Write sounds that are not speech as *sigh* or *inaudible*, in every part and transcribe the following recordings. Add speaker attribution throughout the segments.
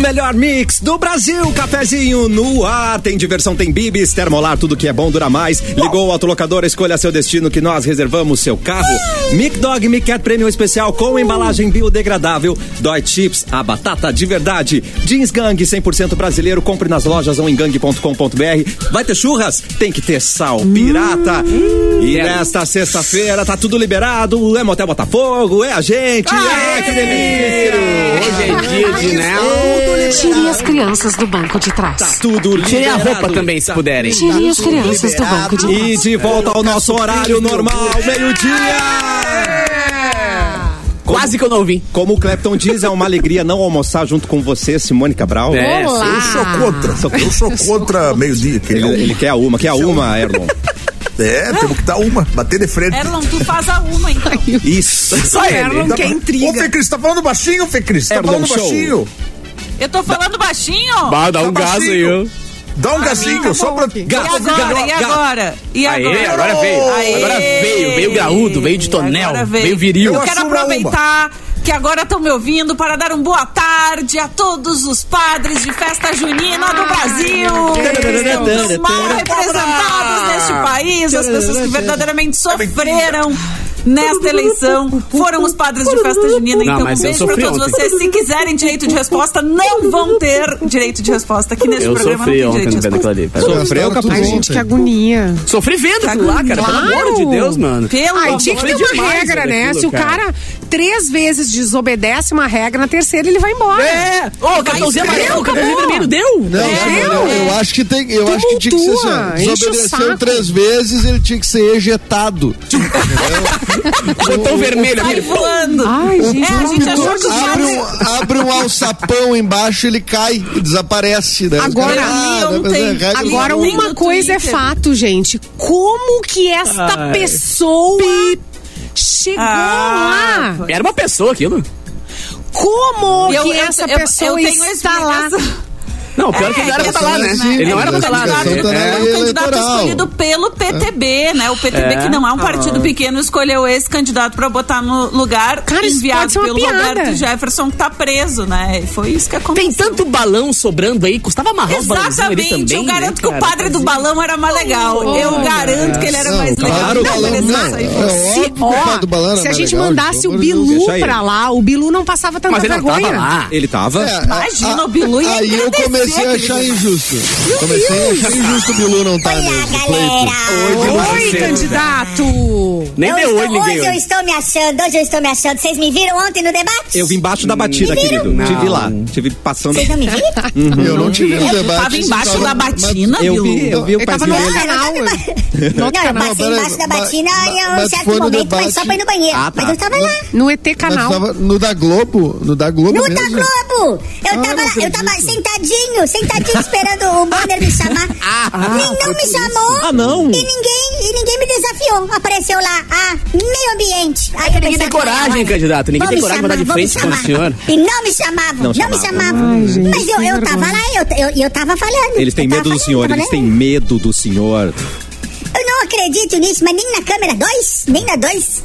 Speaker 1: melhor mix do Brasil. Cafezinho no ar. Tem diversão, tem bibis, termolar, tudo que é bom dura mais. Ligou o autolocador, escolha seu destino que nós reservamos seu carro. Mic Dog Mic Cat Premium Especial com embalagem biodegradável. Dói Chips, a batata de verdade. Jeans Gang 100% brasileiro. Compre nas lojas ou em gang.com.br. Vai ter churras? Tem que ter sal pirata. E nesta sexta-feira tá tudo liberado. É Motel Botafogo, é a gente. É, que delícia!
Speaker 2: Hoje é dia de, né?
Speaker 3: Tire as crianças do banco de
Speaker 1: Tá
Speaker 3: trás.
Speaker 1: tudo liberado.
Speaker 2: Tirem a roupa também,
Speaker 4: Tá.
Speaker 2: se puderem.
Speaker 3: Tire as crianças do banco de
Speaker 1: E
Speaker 3: trás.
Speaker 1: de volta ao nosso horário normal, meio-dia.
Speaker 2: Quase que eu não ouvi.
Speaker 1: Como o Clepton diz, é uma alegria não almoçar junto com você, Simone Cabral.
Speaker 2: É,
Speaker 5: Eu sou contra. Eu Ah. sou contra meio-dia. que é
Speaker 1: Ele,
Speaker 5: uma.
Speaker 1: ele quer a uma, quer a uma, Erlon.
Speaker 5: É, temos que dar uma, bater de frente.
Speaker 4: Erlon, tu faz a uma, então.
Speaker 1: Isso.
Speaker 2: Só ele.
Speaker 5: Tá bom. Ô, Fecris, tá falando baixinho, Fecris? Tá
Speaker 2: É,
Speaker 1: Erlon
Speaker 5: falando
Speaker 1: Show.
Speaker 5: baixinho?
Speaker 4: Eu tô falando baixinho.
Speaker 2: Bah, dá um
Speaker 5: Tá
Speaker 2: gás aí,
Speaker 5: baixinho.
Speaker 2: eu.
Speaker 5: Dá um gasinho, só pra...
Speaker 4: E agora? E agora? E
Speaker 2: Aê,
Speaker 4: agora?
Speaker 2: agora veio.
Speaker 4: Aê.
Speaker 2: Agora veio, veio graúdo, veio de tonel,
Speaker 4: Agora
Speaker 2: veio viril.
Speaker 4: Eu
Speaker 5: Eu
Speaker 4: quero
Speaker 5: assumo a
Speaker 4: aproveitar que agora estão me ouvindo para dar um boa tarde a todos os padres de festa junina do Brasil. Estamos mal representados neste país, as pessoas que verdadeiramente sofreram. Nesta eleição foram os padres de festa junina.
Speaker 2: Não,
Speaker 4: Então, um
Speaker 2: mas eu
Speaker 4: beijo pra
Speaker 2: sofri
Speaker 4: todos
Speaker 2: ontem.
Speaker 4: vocês. Se quiserem direito de resposta, não vão ter direito de resposta aqui neste
Speaker 2: Eu
Speaker 4: programa.
Speaker 2: sofri
Speaker 4: não tem
Speaker 2: ontem
Speaker 4: direito de
Speaker 2: vendo aquilo
Speaker 4: resposta.
Speaker 2: ali.
Speaker 1: Sofreu,
Speaker 3: Ai,
Speaker 1: Capuzinho?
Speaker 3: gente, que agonia.
Speaker 2: Sofri
Speaker 4: Tá
Speaker 2: vendo aquilo lá, cara. Pelo
Speaker 3: Claro.
Speaker 2: amor de Deus, mano.
Speaker 4: Pelo
Speaker 3: Ai,
Speaker 4: amor
Speaker 3: tinha que
Speaker 4: de
Speaker 3: ter
Speaker 2: Demais
Speaker 3: uma regra,
Speaker 2: sobre
Speaker 3: né?
Speaker 2: aquilo,
Speaker 3: Se o
Speaker 2: cara.
Speaker 3: cara. três vezes desobedece uma regra, na terceira ele vai embora.
Speaker 2: É! Ô, cartãozinho
Speaker 4: Mas
Speaker 2: amarelo,
Speaker 3: deu,
Speaker 2: cartãozinho
Speaker 3: acabou.
Speaker 2: vermelho, deu!
Speaker 6: Não,
Speaker 3: É,
Speaker 6: eu, eu acho que tem, eu acho que tinha que ser assim, ó,
Speaker 3: Tumultua, enche o
Speaker 6: desobedeceu
Speaker 3: saco.
Speaker 6: três vezes, ele tinha que ser ejetado.
Speaker 4: Tá
Speaker 2: Botão um vermelho,
Speaker 4: Sai
Speaker 2: aquele.
Speaker 4: voando.
Speaker 3: Ai, gente,
Speaker 4: É, a
Speaker 3: não.
Speaker 4: gente achou que os
Speaker 6: abre, um,
Speaker 4: padres...
Speaker 6: abre um alçapão embaixo, ele cai e desaparece. Né? Os
Speaker 3: Agora-
Speaker 6: caras,
Speaker 4: Eu
Speaker 6: né, mas
Speaker 4: ontem-
Speaker 6: regra-
Speaker 3: Agora,
Speaker 4: Nem
Speaker 3: uma
Speaker 4: no
Speaker 3: coisa é
Speaker 4: Twitter.
Speaker 3: fato, gente. Como que esta
Speaker 2: Ai.
Speaker 3: pessoa chegou
Speaker 4: Ah,
Speaker 3: lá?
Speaker 2: Era uma pessoa aquilo.
Speaker 3: Como
Speaker 4: Eu-
Speaker 3: que
Speaker 4: eu-
Speaker 3: essa
Speaker 4: eu- eu
Speaker 3: pessoa
Speaker 4: tenho a
Speaker 3: está lá?
Speaker 4: explicação.
Speaker 2: Não, pior que ele não era pra estar lá, né?
Speaker 6: Sim,
Speaker 2: Ele não
Speaker 6: mas
Speaker 2: era pra estar lá,
Speaker 6: essa
Speaker 2: né?
Speaker 6: explicação tá
Speaker 2: É.
Speaker 6: na
Speaker 4: É um candidato
Speaker 6: eleitoral. É.
Speaker 4: escolhido pelo PTB, né? O PTB,
Speaker 2: É.
Speaker 4: que não é um partido
Speaker 6: Ah.
Speaker 4: pequeno, escolheu esse candidato pra botar no lugar
Speaker 3: Cara, isso
Speaker 4: enviado
Speaker 3: pode ser uma
Speaker 4: pelo
Speaker 3: piada.
Speaker 4: Roberto Jefferson, que tá preso, né? E Foi isso que aconteceu.
Speaker 2: Tem tanto balão sobrando aí, custava amarrar os balãozinhos ali também.
Speaker 4: Exatamente, eu
Speaker 2: né,
Speaker 4: garanto que o
Speaker 2: cara?
Speaker 4: padre do balão era mais legal. Eu garanto que ele era
Speaker 6: Não,
Speaker 4: mais legal.
Speaker 6: claro,
Speaker 4: Não,
Speaker 6: balão,
Speaker 4: mas
Speaker 6: não.
Speaker 4: essa aí
Speaker 6: É
Speaker 4: foi-
Speaker 6: óbvio
Speaker 3: Se,
Speaker 6: que o
Speaker 3: ó,
Speaker 6: pai do balão era
Speaker 3: se a
Speaker 6: mais
Speaker 3: gente
Speaker 6: legal,
Speaker 3: mandasse
Speaker 6: gente,
Speaker 3: o
Speaker 6: pelo amor de Deus,
Speaker 3: Bilu
Speaker 1: deixa ele.
Speaker 3: pra lá, o Bilu não passava tanta
Speaker 2: Mas ele não
Speaker 3: vergonha.
Speaker 2: tava lá.
Speaker 1: Ele tava?
Speaker 6: É,
Speaker 4: Imagina,
Speaker 6: a-
Speaker 4: o Bilu ia
Speaker 6: Aí eu
Speaker 4: agradecer,
Speaker 6: comecei a
Speaker 4: querido.
Speaker 6: achar injusto. Comecei a achar injusto o Bilu não tá mesmo. Cleito.
Speaker 3: Oi, candidato!
Speaker 2: Nem deu
Speaker 7: estou-
Speaker 2: oi, ninguém
Speaker 7: hoje eu
Speaker 2: hoje.
Speaker 7: estou me achando, hoje eu estou me achando. Vocês me viram ontem no debate?
Speaker 1: Eu vim embaixo da batida, querido.
Speaker 2: Não.
Speaker 1: Tive lá. Tive passando.
Speaker 7: Vocês não me viram?
Speaker 6: Eu não tive no debate.
Speaker 4: Tava
Speaker 6: isso
Speaker 4: embaixo
Speaker 6: tava-
Speaker 4: da batina,
Speaker 1: Eu
Speaker 4: Bilu.
Speaker 1: vi, eu vi o
Speaker 3: Ele tava no
Speaker 1: pezinho dele.
Speaker 3: canal.
Speaker 7: Não, eu
Speaker 6: canal,
Speaker 7: passei
Speaker 6: peraí,
Speaker 7: embaixo da
Speaker 6: mas-
Speaker 7: batina em um
Speaker 6: mas
Speaker 7: certo
Speaker 6: foi no
Speaker 7: momento,
Speaker 6: debate.
Speaker 7: mas só pra ir no banheiro.
Speaker 1: Ah, tá.
Speaker 7: Mas eu tava lá.
Speaker 3: No ET
Speaker 6: Mas
Speaker 3: canal.
Speaker 6: tava no da Globo, no da Globo
Speaker 7: No
Speaker 6: mesmo.
Speaker 7: da Globo! Eu
Speaker 6: Ah,
Speaker 7: tava
Speaker 6: não
Speaker 7: lá, eu
Speaker 6: acredito.
Speaker 7: tava sentadinho, sentadinho esperando o Bonner me chamar. Nem não me chamou.
Speaker 1: Ah, não.
Speaker 7: E ninguém, e ninguém me desafiou. Apareceu lá, ah, meio ambiente. Aí eu
Speaker 2: Ninguém tem coragem, candidato. Ninguém
Speaker 7: Vamos
Speaker 2: tem coragem pra dar de
Speaker 7: chamar,
Speaker 2: frente
Speaker 7: vamos
Speaker 2: com o
Speaker 7: chamar.
Speaker 2: senhor.
Speaker 7: E não me chamavam, não, me chamavam. Mas eu, eu tava lá, eu, eu, eu tava falando.
Speaker 1: Eles têm
Speaker 7: Eu
Speaker 1: medo
Speaker 7: tava
Speaker 1: do
Speaker 7: falando,
Speaker 1: senhor,
Speaker 7: tava
Speaker 1: eles têm
Speaker 7: falando.
Speaker 1: medo do senhor.
Speaker 7: Eu não acredito nisso, mas nem na câmera 2, nem na 2.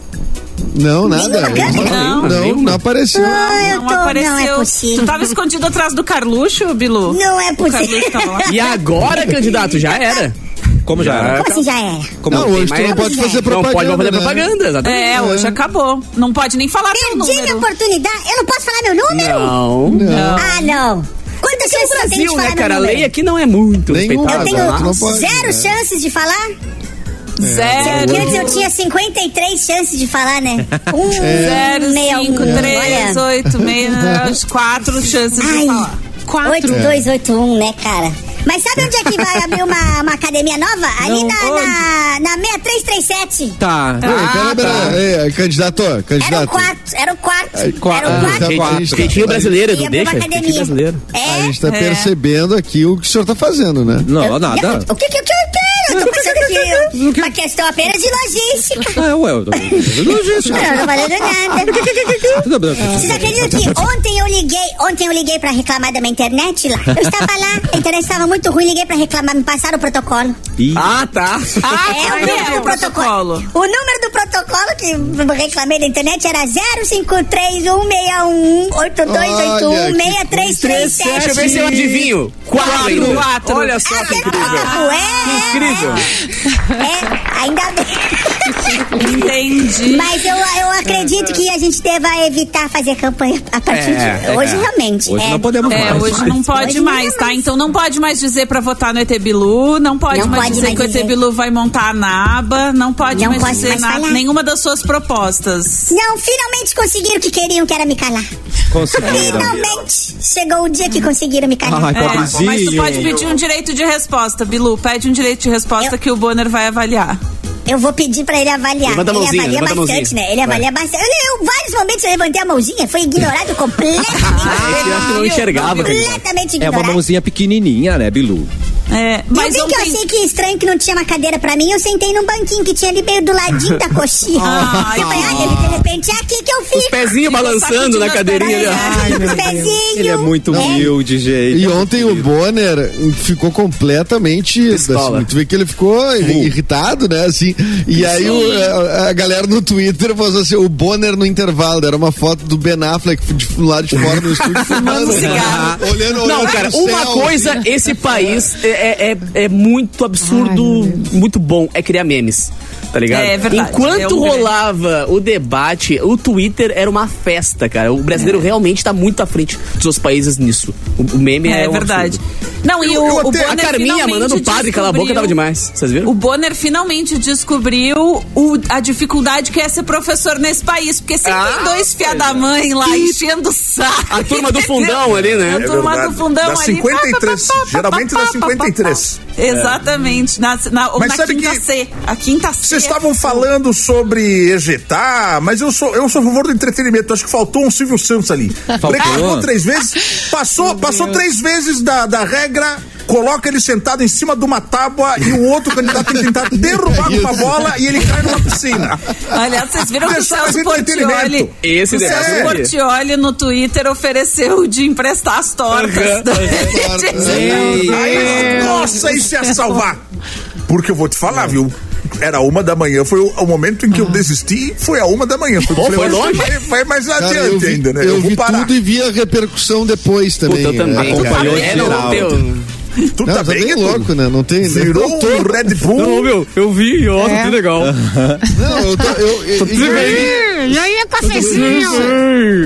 Speaker 6: Não, nada.
Speaker 7: Nenhuma câmera?
Speaker 6: Não,
Speaker 2: Não,
Speaker 6: não,
Speaker 2: nenhuma.
Speaker 6: apareceu.
Speaker 7: Ah, eu
Speaker 4: Não
Speaker 7: tô,
Speaker 4: apareceu.
Speaker 7: não é
Speaker 4: Tu
Speaker 7: possível.
Speaker 4: tava escondido atrás do Carluxo, Bilu?
Speaker 7: Não é
Speaker 4: O Carluxo
Speaker 7: possível.
Speaker 4: tava lá.
Speaker 2: E agora, candidato, já era.
Speaker 1: Como já era?
Speaker 7: Como assim já era?
Speaker 1: Como
Speaker 6: Não, hoje tu
Speaker 2: mais-
Speaker 6: não pode fazer
Speaker 2: Não
Speaker 6: propaganda.
Speaker 2: pode fazer
Speaker 6: né?
Speaker 2: propaganda, exatamente.
Speaker 4: É, hoje acabou. Não pode nem falar teu
Speaker 7: Perdi né, minha
Speaker 4: número.
Speaker 7: oportunidade. Eu não posso falar meu número?
Speaker 2: Não.
Speaker 6: Não.
Speaker 7: Ah, não. Quantas chances eu tenho
Speaker 2: Brasil,
Speaker 7: de
Speaker 2: né,
Speaker 7: falar
Speaker 2: cara? A
Speaker 7: meu
Speaker 2: lei
Speaker 7: número?
Speaker 2: aqui não é muito
Speaker 6: Nenhuma.
Speaker 7: Eu
Speaker 2: respeitada.
Speaker 7: tenho
Speaker 6: Ah, tu não pode,
Speaker 7: zero
Speaker 6: né?
Speaker 7: chances de falar? é.
Speaker 4: Zero.
Speaker 2: Uhum.
Speaker 7: Que antes eu tinha 53 chances de falar,
Speaker 4: *laughs*
Speaker 7: né? Um,
Speaker 4: Zero,
Speaker 7: meia,
Speaker 4: cinco,
Speaker 7: um.
Speaker 4: três,
Speaker 7: Olha.
Speaker 4: oito,
Speaker 7: *laughs*
Speaker 4: menos quatro chances de
Speaker 7: Ai.
Speaker 4: falar. É.
Speaker 3: Quatro.
Speaker 7: 8281, né, cara? Mas sabe onde é que vai abrir uma, uma academia nova? Ali
Speaker 1: Não,
Speaker 7: na, na, na 6337.
Speaker 1: Tá.
Speaker 6: Ei, pera, pera, ei, é, candidato,
Speaker 7: Era o
Speaker 6: candidato.
Speaker 7: quarto, era o quarto.
Speaker 1: qua-
Speaker 7: Era o
Speaker 1: ah,
Speaker 7: quarto.
Speaker 6: tá bom, a gente tá-
Speaker 2: Jeitinho brasileiro,
Speaker 7: Ia
Speaker 2: Edu,
Speaker 7: pra uma
Speaker 2: deixa. Jeitinho
Speaker 7: academia.
Speaker 2: brasileiro.
Speaker 7: É.
Speaker 6: A gente tá percebendo aqui o que o senhor tá fazendo, né?
Speaker 1: Não,
Speaker 7: Eu-
Speaker 1: nada.
Speaker 7: O que, que, que, que eu tô pensando aqui eu- uma questão apenas de
Speaker 1: *laughs*
Speaker 7: logística.
Speaker 1: É, ué, eu tô-
Speaker 7: Não, eu não valendo nada. Vocês acreditam que ontem eu liguei, ontem eu liguei pra reclamar da minha internet lá. Eu estava lá, a internet estava muito ruim, liguei pra reclamar, me passaram o protocolo.
Speaker 1: Ih,
Speaker 2: Ah, tá.
Speaker 4: Ah,
Speaker 7: É, o
Speaker 4: tá,
Speaker 7: número
Speaker 4: é,
Speaker 7: do protocolo. O número do protocolo que eu reclamei da internet era 05316182816337.
Speaker 2: Deixa eu ver se eu adivinho. Quatro. ainda.
Speaker 4: Quatro. Ah,
Speaker 2: Olha só que incrível.
Speaker 7: É,
Speaker 2: Incrível.
Speaker 7: é, ainda bem.
Speaker 4: Entendi.
Speaker 7: Mas eu, eu acredito que a gente deva evitar fazer campanha a partir
Speaker 1: É,
Speaker 7: de
Speaker 1: é.
Speaker 7: hoje, realmente.
Speaker 1: hoje
Speaker 7: é.
Speaker 1: não podemos
Speaker 4: É,
Speaker 1: mais.
Speaker 4: hoje não pode
Speaker 7: Hoje
Speaker 4: mais,
Speaker 7: não
Speaker 4: tá? Então não pode mais dizer pra votar no ET Bilu, não pode
Speaker 7: Não
Speaker 4: mais
Speaker 7: pode
Speaker 4: dizer
Speaker 7: mais
Speaker 4: que o ET
Speaker 7: dizer.
Speaker 4: Bilu vai montar a naba, não pode
Speaker 7: Não
Speaker 4: mais
Speaker 7: pode
Speaker 4: dizer
Speaker 7: mais
Speaker 4: nada-
Speaker 7: falar.
Speaker 4: nenhuma das suas propostas.
Speaker 7: Não, finalmente conseguiram o que queriam, que era me calar.
Speaker 1: Conseguiram.
Speaker 7: É. Finalmente chegou o dia que conseguiram me calar.
Speaker 1: Ai,
Speaker 4: É, mas tu
Speaker 1: pobrezinho.
Speaker 4: pode pedir um direito de resposta, Bilu. Pede um direito de resposta
Speaker 7: Eu-
Speaker 4: que o Bonner vai avaliar.
Speaker 7: Eu vou pedir pra ele avaliar.
Speaker 2: Levanta a mãozinha,
Speaker 7: ele avalia
Speaker 2: levanta a
Speaker 7: bastante,
Speaker 2: mãozinha.
Speaker 7: né? Ele avalia bastante. Eu, eu, vários momentos, eu levantei a mãozinha, foi ignorado
Speaker 1: *laughs*
Speaker 7: completamente.
Speaker 2: Eu acho que eu não enxergava.
Speaker 7: completamente
Speaker 1: É
Speaker 7: ignorado.
Speaker 1: uma mãozinha pequenininha, né, Bilu?
Speaker 4: É,
Speaker 7: Mas
Speaker 4: mas
Speaker 7: eu vi que eu
Speaker 4: ontem...
Speaker 7: achei que estranho que não tinha uma cadeira pra mim, eu sentei num banquinho que tinha ali meio do ladinho da coxinha.
Speaker 4: Ai,
Speaker 7: eu falei, ah, de repente é aqui que eu
Speaker 2: Os
Speaker 7: fico.
Speaker 2: pezinhos balançando na
Speaker 4: é
Speaker 2: cadeirinha ali, ó.
Speaker 7: Ai, meu é pezinho.
Speaker 1: Ele é muito humilde, gente.
Speaker 6: E ontem o Bonner ficou completamente.
Speaker 2: Pistola.
Speaker 6: Assim, tu vê que ele ficou irritado, né? Assim. E aí o- é, a, a galera no Twitter falou assim: o Bonner no intervalo. Era uma foto do Ben Affleck de, lá de fora no estúdio
Speaker 7: *laughs*
Speaker 6: fumando. né?
Speaker 4: cigarro.
Speaker 6: Olhando, olhando
Speaker 2: Não, cara,
Speaker 6: pro
Speaker 2: uma
Speaker 6: céu,
Speaker 2: coisa, esse país é, é, é muito absurdo, muito bom, é criar memes. Tá ligado?
Speaker 4: É verdade, é
Speaker 2: Enquanto
Speaker 4: um grande-
Speaker 2: rolava o debate, o Twitter era uma festa, cara. O
Speaker 4: É.
Speaker 2: brasileiro realmente tá muito à frente dos outros países nisso. O, o meme *laughs* é,
Speaker 4: É
Speaker 2: um
Speaker 4: verdade.
Speaker 2: absurdo.
Speaker 4: Não, e
Speaker 2: Eu-
Speaker 4: o,
Speaker 2: eu
Speaker 4: o
Speaker 2: até-
Speaker 4: Bonner
Speaker 2: a Carminha
Speaker 4: finalmente
Speaker 2: mandando o padre calar a boca
Speaker 4: descobriu-
Speaker 2: tava demais. Vocês viram?
Speaker 4: O Bonner finalmente descobriu o- a dificuldade que é ser professor nesse país, porque sempre
Speaker 2: Ah,
Speaker 4: tem dois fia da mãe lá enchendo o saco.
Speaker 2: A turma do fundão ali, né?
Speaker 4: A
Speaker 5: É
Speaker 4: turma
Speaker 5: verdade.
Speaker 4: do fundão
Speaker 5: Dá
Speaker 4: ali.
Speaker 5: 53. Geralmente dá 53.
Speaker 4: Exatamente. Na, na,
Speaker 5: Mas
Speaker 4: na
Speaker 5: sabe
Speaker 4: quinta
Speaker 5: que-
Speaker 4: C. A quinta C.
Speaker 5: Vocês estavam falando sobre ejetar, mas eu sou, eu sou a favor do entretenimento. Acho que faltou um Silvio Santos ali. Reclamou três vezes, passou, passou três vezes da, da regra, coloca ele sentado em cima de uma tábua e o outro candidato tem que tentar
Speaker 2: *laughs*
Speaker 5: derrubar
Speaker 2: É
Speaker 5: com uma bola e ele cai numa piscina.
Speaker 4: Aliás, vocês viram que o
Speaker 5: Pessoal,
Speaker 4: Celso
Speaker 5: mas entretenimento.
Speaker 4: Portioli.
Speaker 2: Esse
Speaker 4: o
Speaker 2: debate
Speaker 4: Celso
Speaker 5: eu vi.
Speaker 4: Portioli no Twitter ofereceu de emprestar as tortas. *laughs*
Speaker 5: Aí, nossa, isso é salvar. Porque eu vou te falar, viu? Era uma da manhã, foi o, o momento em
Speaker 6: Ah.
Speaker 5: que eu desisti, foi a uma da manhã. Foi,
Speaker 2: Bom, foi longe.
Speaker 5: Vai, vai mais
Speaker 6: Cara,
Speaker 5: adiante
Speaker 6: eu vi,
Speaker 5: ainda, né?
Speaker 6: eu vi tudo e vi a repercussão depois também.
Speaker 2: Puta, eu também.
Speaker 6: né, cara?
Speaker 1: Acompanhou
Speaker 2: é, não,
Speaker 1: geral.
Speaker 2: teu.
Speaker 5: Tu
Speaker 6: Não,
Speaker 5: tá
Speaker 6: tá
Speaker 5: bem,
Speaker 6: bem
Speaker 5: Arthur?
Speaker 6: louco, né? Não tem.
Speaker 5: Virou
Speaker 6: não,
Speaker 5: um Red Bull.
Speaker 2: meu, eu vi, ó,
Speaker 3: É.
Speaker 2: que legal.
Speaker 6: Não, eu tô. Eu, *laughs* eu,
Speaker 2: tudo bem.
Speaker 3: Hum, E aí, cafezinho?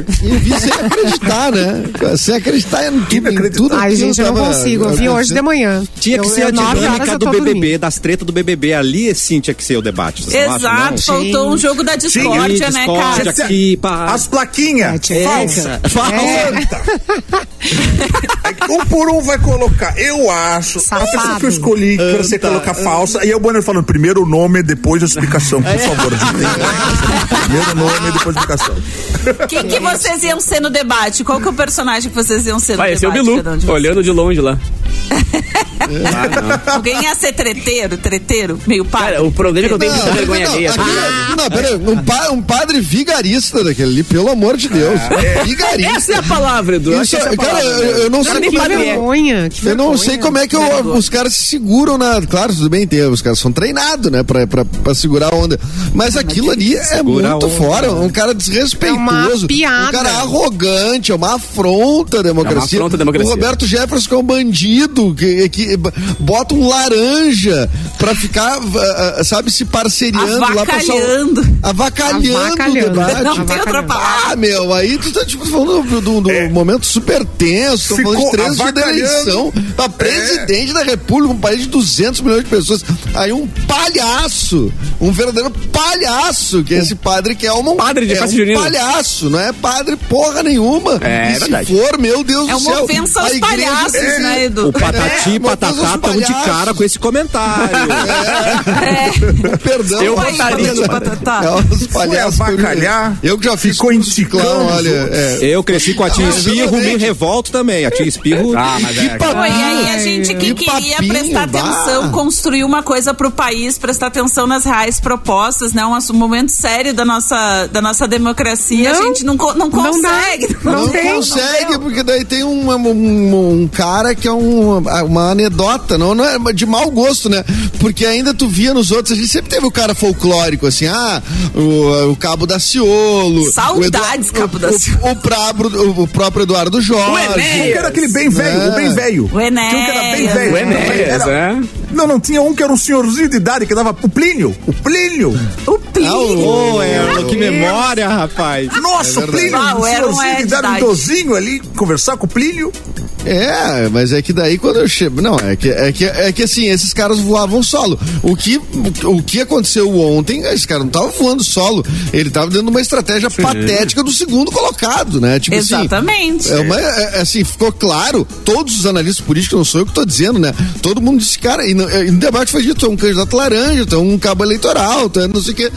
Speaker 6: Eu vi sem acreditar, né? Sem acreditar em tudo. Em tudo
Speaker 3: Ai, gente, eu não consigo. Eu vi hoje de manhã.
Speaker 1: Tinha que
Speaker 3: Eu-
Speaker 1: ser a
Speaker 3: eu- nove horas
Speaker 1: dinâmica
Speaker 3: eu
Speaker 1: do
Speaker 3: tô
Speaker 1: BBB,
Speaker 3: dormindo.
Speaker 1: das tretas do BBB. Ali sim tinha que ser o debate. vocês não acham, não?
Speaker 4: Exato, faltou um jogo da discórdia, né,
Speaker 1: discórdia. é
Speaker 4: cara?
Speaker 1: Aqui, pá.
Speaker 5: As plaquinhas.
Speaker 3: É,
Speaker 5: Falsa.
Speaker 1: Falsa.
Speaker 5: Um por um vai colocar. Eu acho. A pessoa
Speaker 3: Safado.
Speaker 5: que eu escolhi pra você colocar falsa. E aí o Bonner falando primeiro o nome, depois a explicação. Por
Speaker 6: *laughs*
Speaker 5: favor, gente. Primeiro o nome, depois a explicação.
Speaker 4: Quem que vocês iam ser no debate? Qual que é o personagem que vocês iam ser no
Speaker 2: Vai, esse é o
Speaker 4: debate?
Speaker 2: Bilu,
Speaker 4: cada um de vocês?
Speaker 2: olhando de longe lá.
Speaker 4: Alguém ia ser treteiro, treteiro, meio
Speaker 2: Cara,
Speaker 4: padre.
Speaker 2: o problema é que eu tenho
Speaker 6: Não,
Speaker 2: muita
Speaker 6: não,
Speaker 2: vergonha
Speaker 6: não,
Speaker 2: alheia.
Speaker 6: aquele- não, pera aí, um, pa- um padre vigarista daquele ali, pelo amor de Deus.
Speaker 2: Essa é
Speaker 6: Vigarista.
Speaker 2: a palavra, Edu. acho
Speaker 6: Isso,
Speaker 2: que essa é a
Speaker 6: cara,
Speaker 2: palavra.
Speaker 6: eu, eu não sei
Speaker 2: nem
Speaker 3: Que
Speaker 6: como é que-
Speaker 2: padre é.
Speaker 3: vergonha, que
Speaker 6: Eu não
Speaker 3: vergonha.
Speaker 6: sei como é que eu- os caras se seguram na. Claro, tudo bem, tem, os caras são treinados, né, pra, pra, pra segurar a onda. Mas aquilo ali é
Speaker 1: segura a
Speaker 6: muito
Speaker 1: onda,
Speaker 6: fora. Um cara desrespeitoso.
Speaker 3: É uma piada.
Speaker 6: Um cara arrogante, é uma afronta à democracia.
Speaker 2: É afronta à democracia.
Speaker 6: O Roberto Jefferson que é um bandido, que, que bota um laranja pra ficar, ah, ah, sabe, se parceriando lá pra sal-
Speaker 4: Avacalhando.
Speaker 6: Avacalhando.
Speaker 3: Avacalhando.
Speaker 6: o
Speaker 4: Não
Speaker 6: debate.
Speaker 4: tem outra
Speaker 3: avacalhando.
Speaker 4: palavra.
Speaker 6: Ah, meu, aí tu tá tipo falando do, do- do momento super tenso, tô
Speaker 5: Ficou
Speaker 6: falando de três dias da
Speaker 5: É. avacalhando. É.
Speaker 6: eleição. A presidente da república, um país de 200 milhões de pessoas. Aí um palhaço, um verdadeiro palhaço, que é esse padre que é um
Speaker 2: padre de
Speaker 6: é
Speaker 2: festa
Speaker 6: um
Speaker 2: junina.
Speaker 6: palhaço, não é padre porra nenhuma.
Speaker 2: É,
Speaker 6: E
Speaker 2: é
Speaker 6: se
Speaker 2: verdade.
Speaker 6: for, meu Deus
Speaker 4: É
Speaker 6: do
Speaker 4: uma
Speaker 6: céu.
Speaker 4: ofensa
Speaker 6: a
Speaker 4: aos
Speaker 6: igreja-
Speaker 4: palhaços,
Speaker 6: É,
Speaker 4: né, Edu?
Speaker 1: O patati
Speaker 6: É, uma todos os
Speaker 1: catapam de
Speaker 6: palhaços.
Speaker 1: cara com esse comentário.
Speaker 4: É.
Speaker 6: Perdão,
Speaker 2: Eu
Speaker 6: mas-
Speaker 2: votaria no Patatá.
Speaker 6: É, os palhaços.
Speaker 5: Foi avacalhar,
Speaker 6: Eu que já fiz
Speaker 5: ficou
Speaker 6: curso de
Speaker 5: indicando
Speaker 6: clown,
Speaker 5: os
Speaker 6: olha.
Speaker 5: outros.
Speaker 6: é.
Speaker 1: Eu cresci com a tia Espirro, me
Speaker 6: exatamente.
Speaker 1: revolto também. A tia Espirro. Ah, mas é.
Speaker 4: Foi aí a gente que
Speaker 6: E
Speaker 4: queria
Speaker 6: papinho,
Speaker 4: prestar
Speaker 6: bah.
Speaker 4: atenção, construir uma coisa pro país, prestar atenção nas reais propostas, né? Um assu- momento sério da nossa, da nossa democracia. a
Speaker 3: Não.
Speaker 4: gente não, co- não
Speaker 3: dá.
Speaker 6: *laughs*
Speaker 4: consegue.
Speaker 6: Não,
Speaker 3: Não tem,
Speaker 6: consegue, porque daí tem um, um, um cara que é um- uma anedota, não, não é de mau gosto, né? Porque ainda tu via nos outros, a gente sempre teve o cara folclórico, assim, ah, o, o Cabo da Ciolo.
Speaker 4: Saudades,
Speaker 6: o Edu-
Speaker 4: Cabo
Speaker 6: o-
Speaker 4: Daciolo.
Speaker 6: O, o, Prabro- o- o próprio Eduardo Jorge. né?
Speaker 5: Que era aquele bem velho, o
Speaker 6: É.
Speaker 5: bem velho.
Speaker 4: O Enéas.
Speaker 5: Tinha um que era bem velho.
Speaker 4: O
Speaker 2: Enéas,
Speaker 5: Era-
Speaker 2: é.
Speaker 5: Não, não, tinha um que era um senhorzinho de idade que dava o Plínio. O Plínio.
Speaker 4: O Plínio.
Speaker 1: Ô, Erlo, é, que memória, rapaz.
Speaker 5: Nossa,
Speaker 6: É
Speaker 5: o Plínio.
Speaker 4: Ah, verdade.
Speaker 5: Um
Speaker 4: Ah, era um
Speaker 5: senhorzinho de
Speaker 4: Ed
Speaker 5: idade, um
Speaker 4: Dyke.
Speaker 5: idosinho ali, conversar com o Plínio.
Speaker 6: É, mas é que daí quando eu chego. Não, é que, é que, é que assim, esses caras voavam solo. O que, o que aconteceu ontem, esse cara não tava voando solo. Ele tava dentro de uma estratégia patética do segundo colocado, né? Tipo
Speaker 4: Exatamente.
Speaker 6: assim. É uma, é- é assim, ficou claro, todos os analistas políticos, não sou eu que tô dizendo, né? Todo mundo disse, cara, e no, e no debate foi dito, tu é um candidato laranja, tu é um cabo eleitoral, tu é não sei o quê.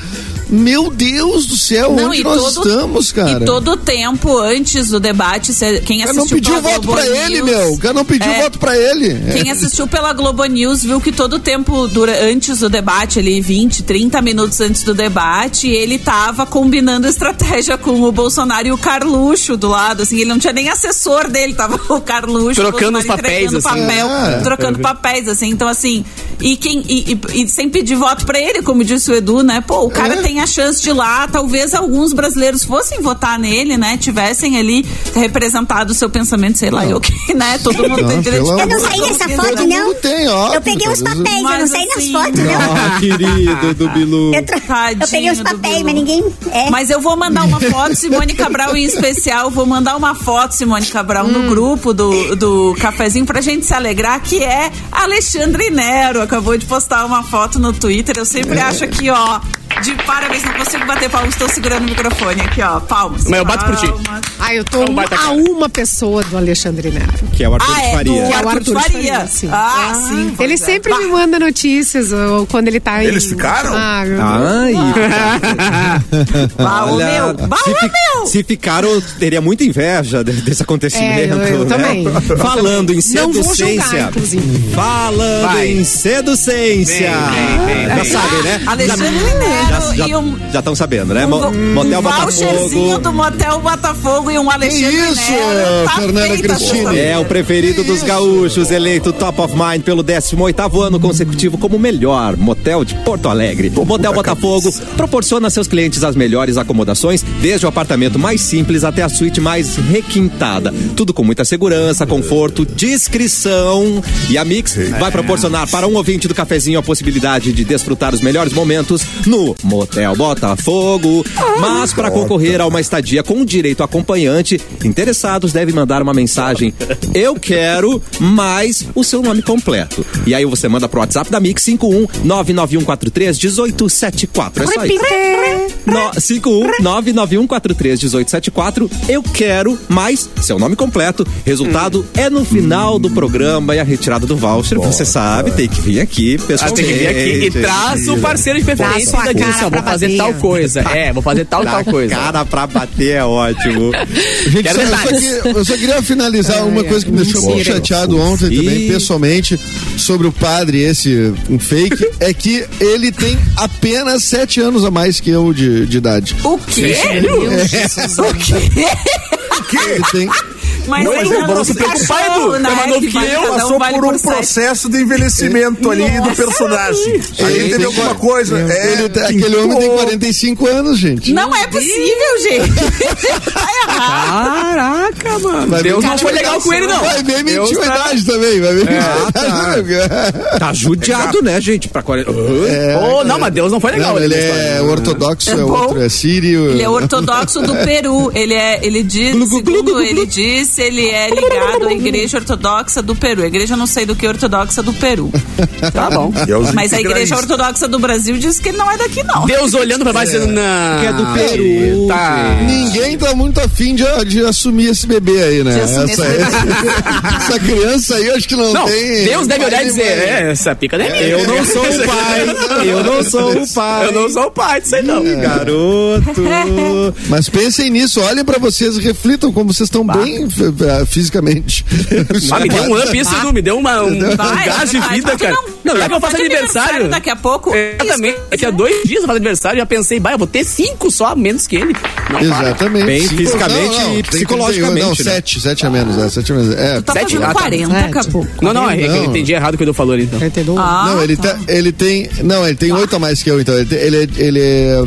Speaker 6: Meu Deus do céu,
Speaker 4: Não,
Speaker 6: onde
Speaker 4: e
Speaker 6: nós
Speaker 4: todo-
Speaker 6: estamos, cara?
Speaker 4: E todo tempo antes do debate, cê- quem
Speaker 6: Eu
Speaker 4: assistiu
Speaker 6: não pedi
Speaker 4: pela
Speaker 6: o voto
Speaker 4: Globo
Speaker 6: pra ele,
Speaker 4: News-
Speaker 6: meu. Eu não pedi o
Speaker 4: É.
Speaker 6: voto pra ele.
Speaker 4: Quem assistiu pela Globo News viu que todo tempo dura, antes do debate, ali 20, 30 minutos antes do debate, ele tava combinando estratégia com o Bolsonaro e o Carluxo do lado, assim, ele não tinha nem assessor dele, tava o Carluxo
Speaker 2: Trocando
Speaker 4: o Bolsonaro
Speaker 2: os papéis,
Speaker 4: entregando
Speaker 2: assim.
Speaker 4: papel,
Speaker 6: É.
Speaker 4: trocando papéis, assim, então assim, e quem e, e- e sem pedir voto pra ele, como disse o Edu, né, pô, o cara
Speaker 6: É.
Speaker 4: tem a chance de ir lá, talvez alguns brasileiros fossem votar nele, né, tivessem ali representado o seu pensamento, sei lá, eu que, né, todo mundo tem
Speaker 6: Não,
Speaker 4: direito
Speaker 6: pelo
Speaker 4: de
Speaker 7: Eu não
Speaker 6: amor
Speaker 7: saí dessa foto,
Speaker 6: Todo
Speaker 7: não.
Speaker 6: mundo tem, ó.
Speaker 7: Eu peguei os
Speaker 6: Talvez-
Speaker 7: papéis, eu não
Speaker 4: Mas
Speaker 7: saí nas
Speaker 4: assim-
Speaker 7: fotos, não.
Speaker 1: Ah, querido do
Speaker 4: É,
Speaker 1: Bilu.
Speaker 7: Eu, tro-
Speaker 4: Tadinho
Speaker 7: eu peguei os
Speaker 4: do
Speaker 7: papéis,
Speaker 4: Bilu.
Speaker 7: mas ninguém. É.
Speaker 4: Mas eu vou mandar uma foto, Simone Cabral em especial, vou mandar uma foto, Simone Cabral, no grupo do, do cafezinho pra gente se alegrar, que é Alexandre Nero. Acabou de postar uma foto no Twitter. Eu sempre
Speaker 6: É.
Speaker 4: acho aqui, ó, de parabéns, não consigo bater palmas, estou segurando o microfone aqui, ó. Palmas.
Speaker 2: Mas eu bato por ti.
Speaker 4: palmas.
Speaker 3: Ah, eu tô uma-
Speaker 2: baita
Speaker 3: a
Speaker 2: cara.
Speaker 3: uma pessoa do Alexandre Nero.
Speaker 1: Que é o Arthur
Speaker 4: Ah,
Speaker 1: de
Speaker 4: é,
Speaker 1: Faria.
Speaker 4: do
Speaker 3: É o
Speaker 4: Arthur
Speaker 3: Arthur de
Speaker 4: Faria.
Speaker 3: Faria, sim.
Speaker 4: Ah, sim. pois
Speaker 3: Ele
Speaker 4: é.
Speaker 3: sempre
Speaker 4: Bah.
Speaker 3: me manda notícias ou quando ele tá em...
Speaker 5: Eles ficaram?
Speaker 3: Ah, meu Deus.
Speaker 1: Ai, *laughs*
Speaker 4: Bah, ô,
Speaker 1: olha,
Speaker 4: meu. Bah,
Speaker 1: se,
Speaker 4: ô,
Speaker 1: fi-
Speaker 4: meu.
Speaker 1: se ficaram, eu teria muita inveja de- desse acontecimento.
Speaker 3: É, eu-
Speaker 1: né?
Speaker 3: eu também.
Speaker 1: Falando em
Speaker 3: Não vou julgar,
Speaker 1: seducência.
Speaker 3: inclusive.
Speaker 1: Falando
Speaker 2: Vai.
Speaker 1: em seducência.
Speaker 2: Vem, vem, vem,
Speaker 1: já
Speaker 2: vem.
Speaker 1: sabem, né?
Speaker 4: Alexandre
Speaker 1: Já-
Speaker 4: Nero
Speaker 1: já
Speaker 4: e um
Speaker 1: estão sabendo, né? Mo- Motel
Speaker 3: um
Speaker 4: voucherzinho
Speaker 1: Botafogo.
Speaker 4: do Motel Botafogo e um Alexandre
Speaker 6: isso,
Speaker 4: Nero. Tá
Speaker 6: Fernanda
Speaker 4: feita essa
Speaker 6: Cristine.
Speaker 4: família.
Speaker 1: É o preferido dos gaúchos, eleito top of mind pelo 18º ano consecutivo como o melhor motel de Porto Alegre. O Motel Botafogo proporciona a seus clientes as melhores acomodações, desde o apartamento mais simples até a suíte mais requintada. Tudo com muita segurança, conforto, discrição. E a Mix vai proporcionar para um ouvinte do cafezinho a possibilidade de desfrutar os melhores momentos no Motel Botafogo. Mas para concorrer a uma estadia com direito a acompanhante, interessados devem mandar uma mensagem: Eu quero mais o seu nome completo. E aí você manda pro WhatsApp da Mix 51 99143 1874. É só isso.
Speaker 3: Repite.
Speaker 1: No- 51 99143 1874. Eu quero mais seu nome completo. Resultado é no final do programa e a retirada do voucher. Você sabe, tem que vir aqui,
Speaker 2: Ah,
Speaker 1: pessoal.
Speaker 2: tem que vir aqui e traz o parceiro de
Speaker 3: Traz
Speaker 2: preferência
Speaker 3: sua
Speaker 2: da
Speaker 3: cara
Speaker 2: disso. Vou
Speaker 3: pra
Speaker 2: fazer
Speaker 3: bater.
Speaker 2: tal coisa. É, vou fazer tal, tal coisa.
Speaker 1: Cara pra bater é ótimo. *laughs*
Speaker 6: Gente,
Speaker 2: Quero
Speaker 6: só- eu, só
Speaker 2: detalhes.
Speaker 6: queria, eu só queria finalizar uma coisa que me deixou muito
Speaker 3: mentira.
Speaker 6: chateado ontem também,
Speaker 1: Ih.
Speaker 6: pessoalmente, sobre o padre, esse um fake, é que ele tem apenas sete anos a mais que eu de, de idade. É.
Speaker 4: O quê?
Speaker 6: *laughs*
Speaker 4: O quê?
Speaker 6: Ele tem.
Speaker 4: Mas
Speaker 5: Não,
Speaker 4: aí
Speaker 5: mas
Speaker 4: não
Speaker 5: ele falou, se
Speaker 2: preocupa, Edu,
Speaker 4: né?
Speaker 2: tá mais novo
Speaker 4: Que
Speaker 2: que
Speaker 4: vai-
Speaker 2: eu,
Speaker 4: cada
Speaker 5: Passou
Speaker 4: vale
Speaker 5: por um
Speaker 4: sete.
Speaker 5: processo de envelhecimento ali do personagem. Aí
Speaker 6: Ele
Speaker 5: ele teve
Speaker 6: tem
Speaker 5: alguma
Speaker 6: quar-
Speaker 5: coisa. É,
Speaker 6: ele tem- aquele homem tem 45 anos, gente.
Speaker 4: Não é
Speaker 2: *laughs*
Speaker 4: possível, gente. tá errado.
Speaker 2: Caraca, mano.
Speaker 6: Vai
Speaker 2: Deus
Speaker 6: mentir
Speaker 2: não foi
Speaker 6: a
Speaker 2: legal
Speaker 6: idade.
Speaker 2: com ele, não.
Speaker 6: Vai bem
Speaker 2: Deus
Speaker 6: mentir a
Speaker 2: tá-
Speaker 6: idade também, vai bem mentir a idade também.
Speaker 1: Tá judiado, né, gente? Pra 40.
Speaker 6: É,
Speaker 2: Oh, não, mas Deus não foi legal.
Speaker 6: Não, ele
Speaker 2: nessa
Speaker 6: é
Speaker 2: história.
Speaker 6: ortodoxo, é,
Speaker 4: bom.
Speaker 6: outro, é sírio.
Speaker 4: Ele é ortodoxo do Peru. Ele é, ele diz, segundo ele diz, se ele é ligado à Igreja Ortodoxa do Peru. A igreja não sei do que é Ortodoxa do Peru.
Speaker 2: Tá bom.
Speaker 5: E aos
Speaker 4: Mas a Igreja
Speaker 5: integrais.
Speaker 4: Ortodoxa do Brasil diz que ele não é daqui, não.
Speaker 2: Deus olhando pra baixo dizendo, não.
Speaker 1: Que é do Peru,
Speaker 2: Tá.
Speaker 6: Ninguém tá muito afim de, de assumir esse bebê aí, né?
Speaker 4: De assumir
Speaker 6: Essa,
Speaker 4: esse
Speaker 6: essa criança aí, eu acho que não,
Speaker 2: Não,
Speaker 6: tem.
Speaker 2: Deus deve olhar e dizer,
Speaker 6: Vai, vai.
Speaker 2: é, essa pica não é minha.
Speaker 1: Eu não sou
Speaker 2: *laughs*
Speaker 1: o pai. Eu não sou o pai.
Speaker 2: Eu não sou o pai disso aí, não.
Speaker 1: *laughs* Garoto.
Speaker 6: Mas pensem nisso, olhem pra vocês, reflitam como vocês estão bem f-
Speaker 2: *laughs*
Speaker 6: f- fisicamente.
Speaker 2: Ah, me deu um up isso, Edu, me deu uma, um
Speaker 4: Vai,
Speaker 2: gás de
Speaker 4: vai,
Speaker 2: vida,
Speaker 4: pode
Speaker 2: cara.
Speaker 4: não.
Speaker 2: Não, já que eu faço
Speaker 4: Pode
Speaker 2: aniversário. É,
Speaker 4: daqui a pouco.
Speaker 2: Exatamente.
Speaker 4: Isso.
Speaker 2: Daqui a dois dias eu faço aniversário, já pensei, bah, eu vou ter cinco só, a menos que ele. Não, para.
Speaker 6: Exatamente.
Speaker 1: Bem
Speaker 6: Sim.
Speaker 1: fisicamente
Speaker 6: Não, não,
Speaker 1: e
Speaker 6: tem 31,
Speaker 1: psicologicamente,
Speaker 6: Não,
Speaker 1: né?
Speaker 6: sete, sete a menos, é, sete a menos. É.
Speaker 4: Tu tá
Speaker 2: Sete,
Speaker 4: fazendo
Speaker 2: ah, tá.
Speaker 4: 40,
Speaker 3: Sete.
Speaker 4: acabou.
Speaker 2: Não, não, é que eu
Speaker 6: Não.
Speaker 2: entendi errado o que o Edu falou ali, então.
Speaker 3: Entendeu?
Speaker 4: Ah,
Speaker 6: não, ele, tá- ele tem. Não, ele tem oito a mais que eu, então. Ele, tem- ele, é- ele é.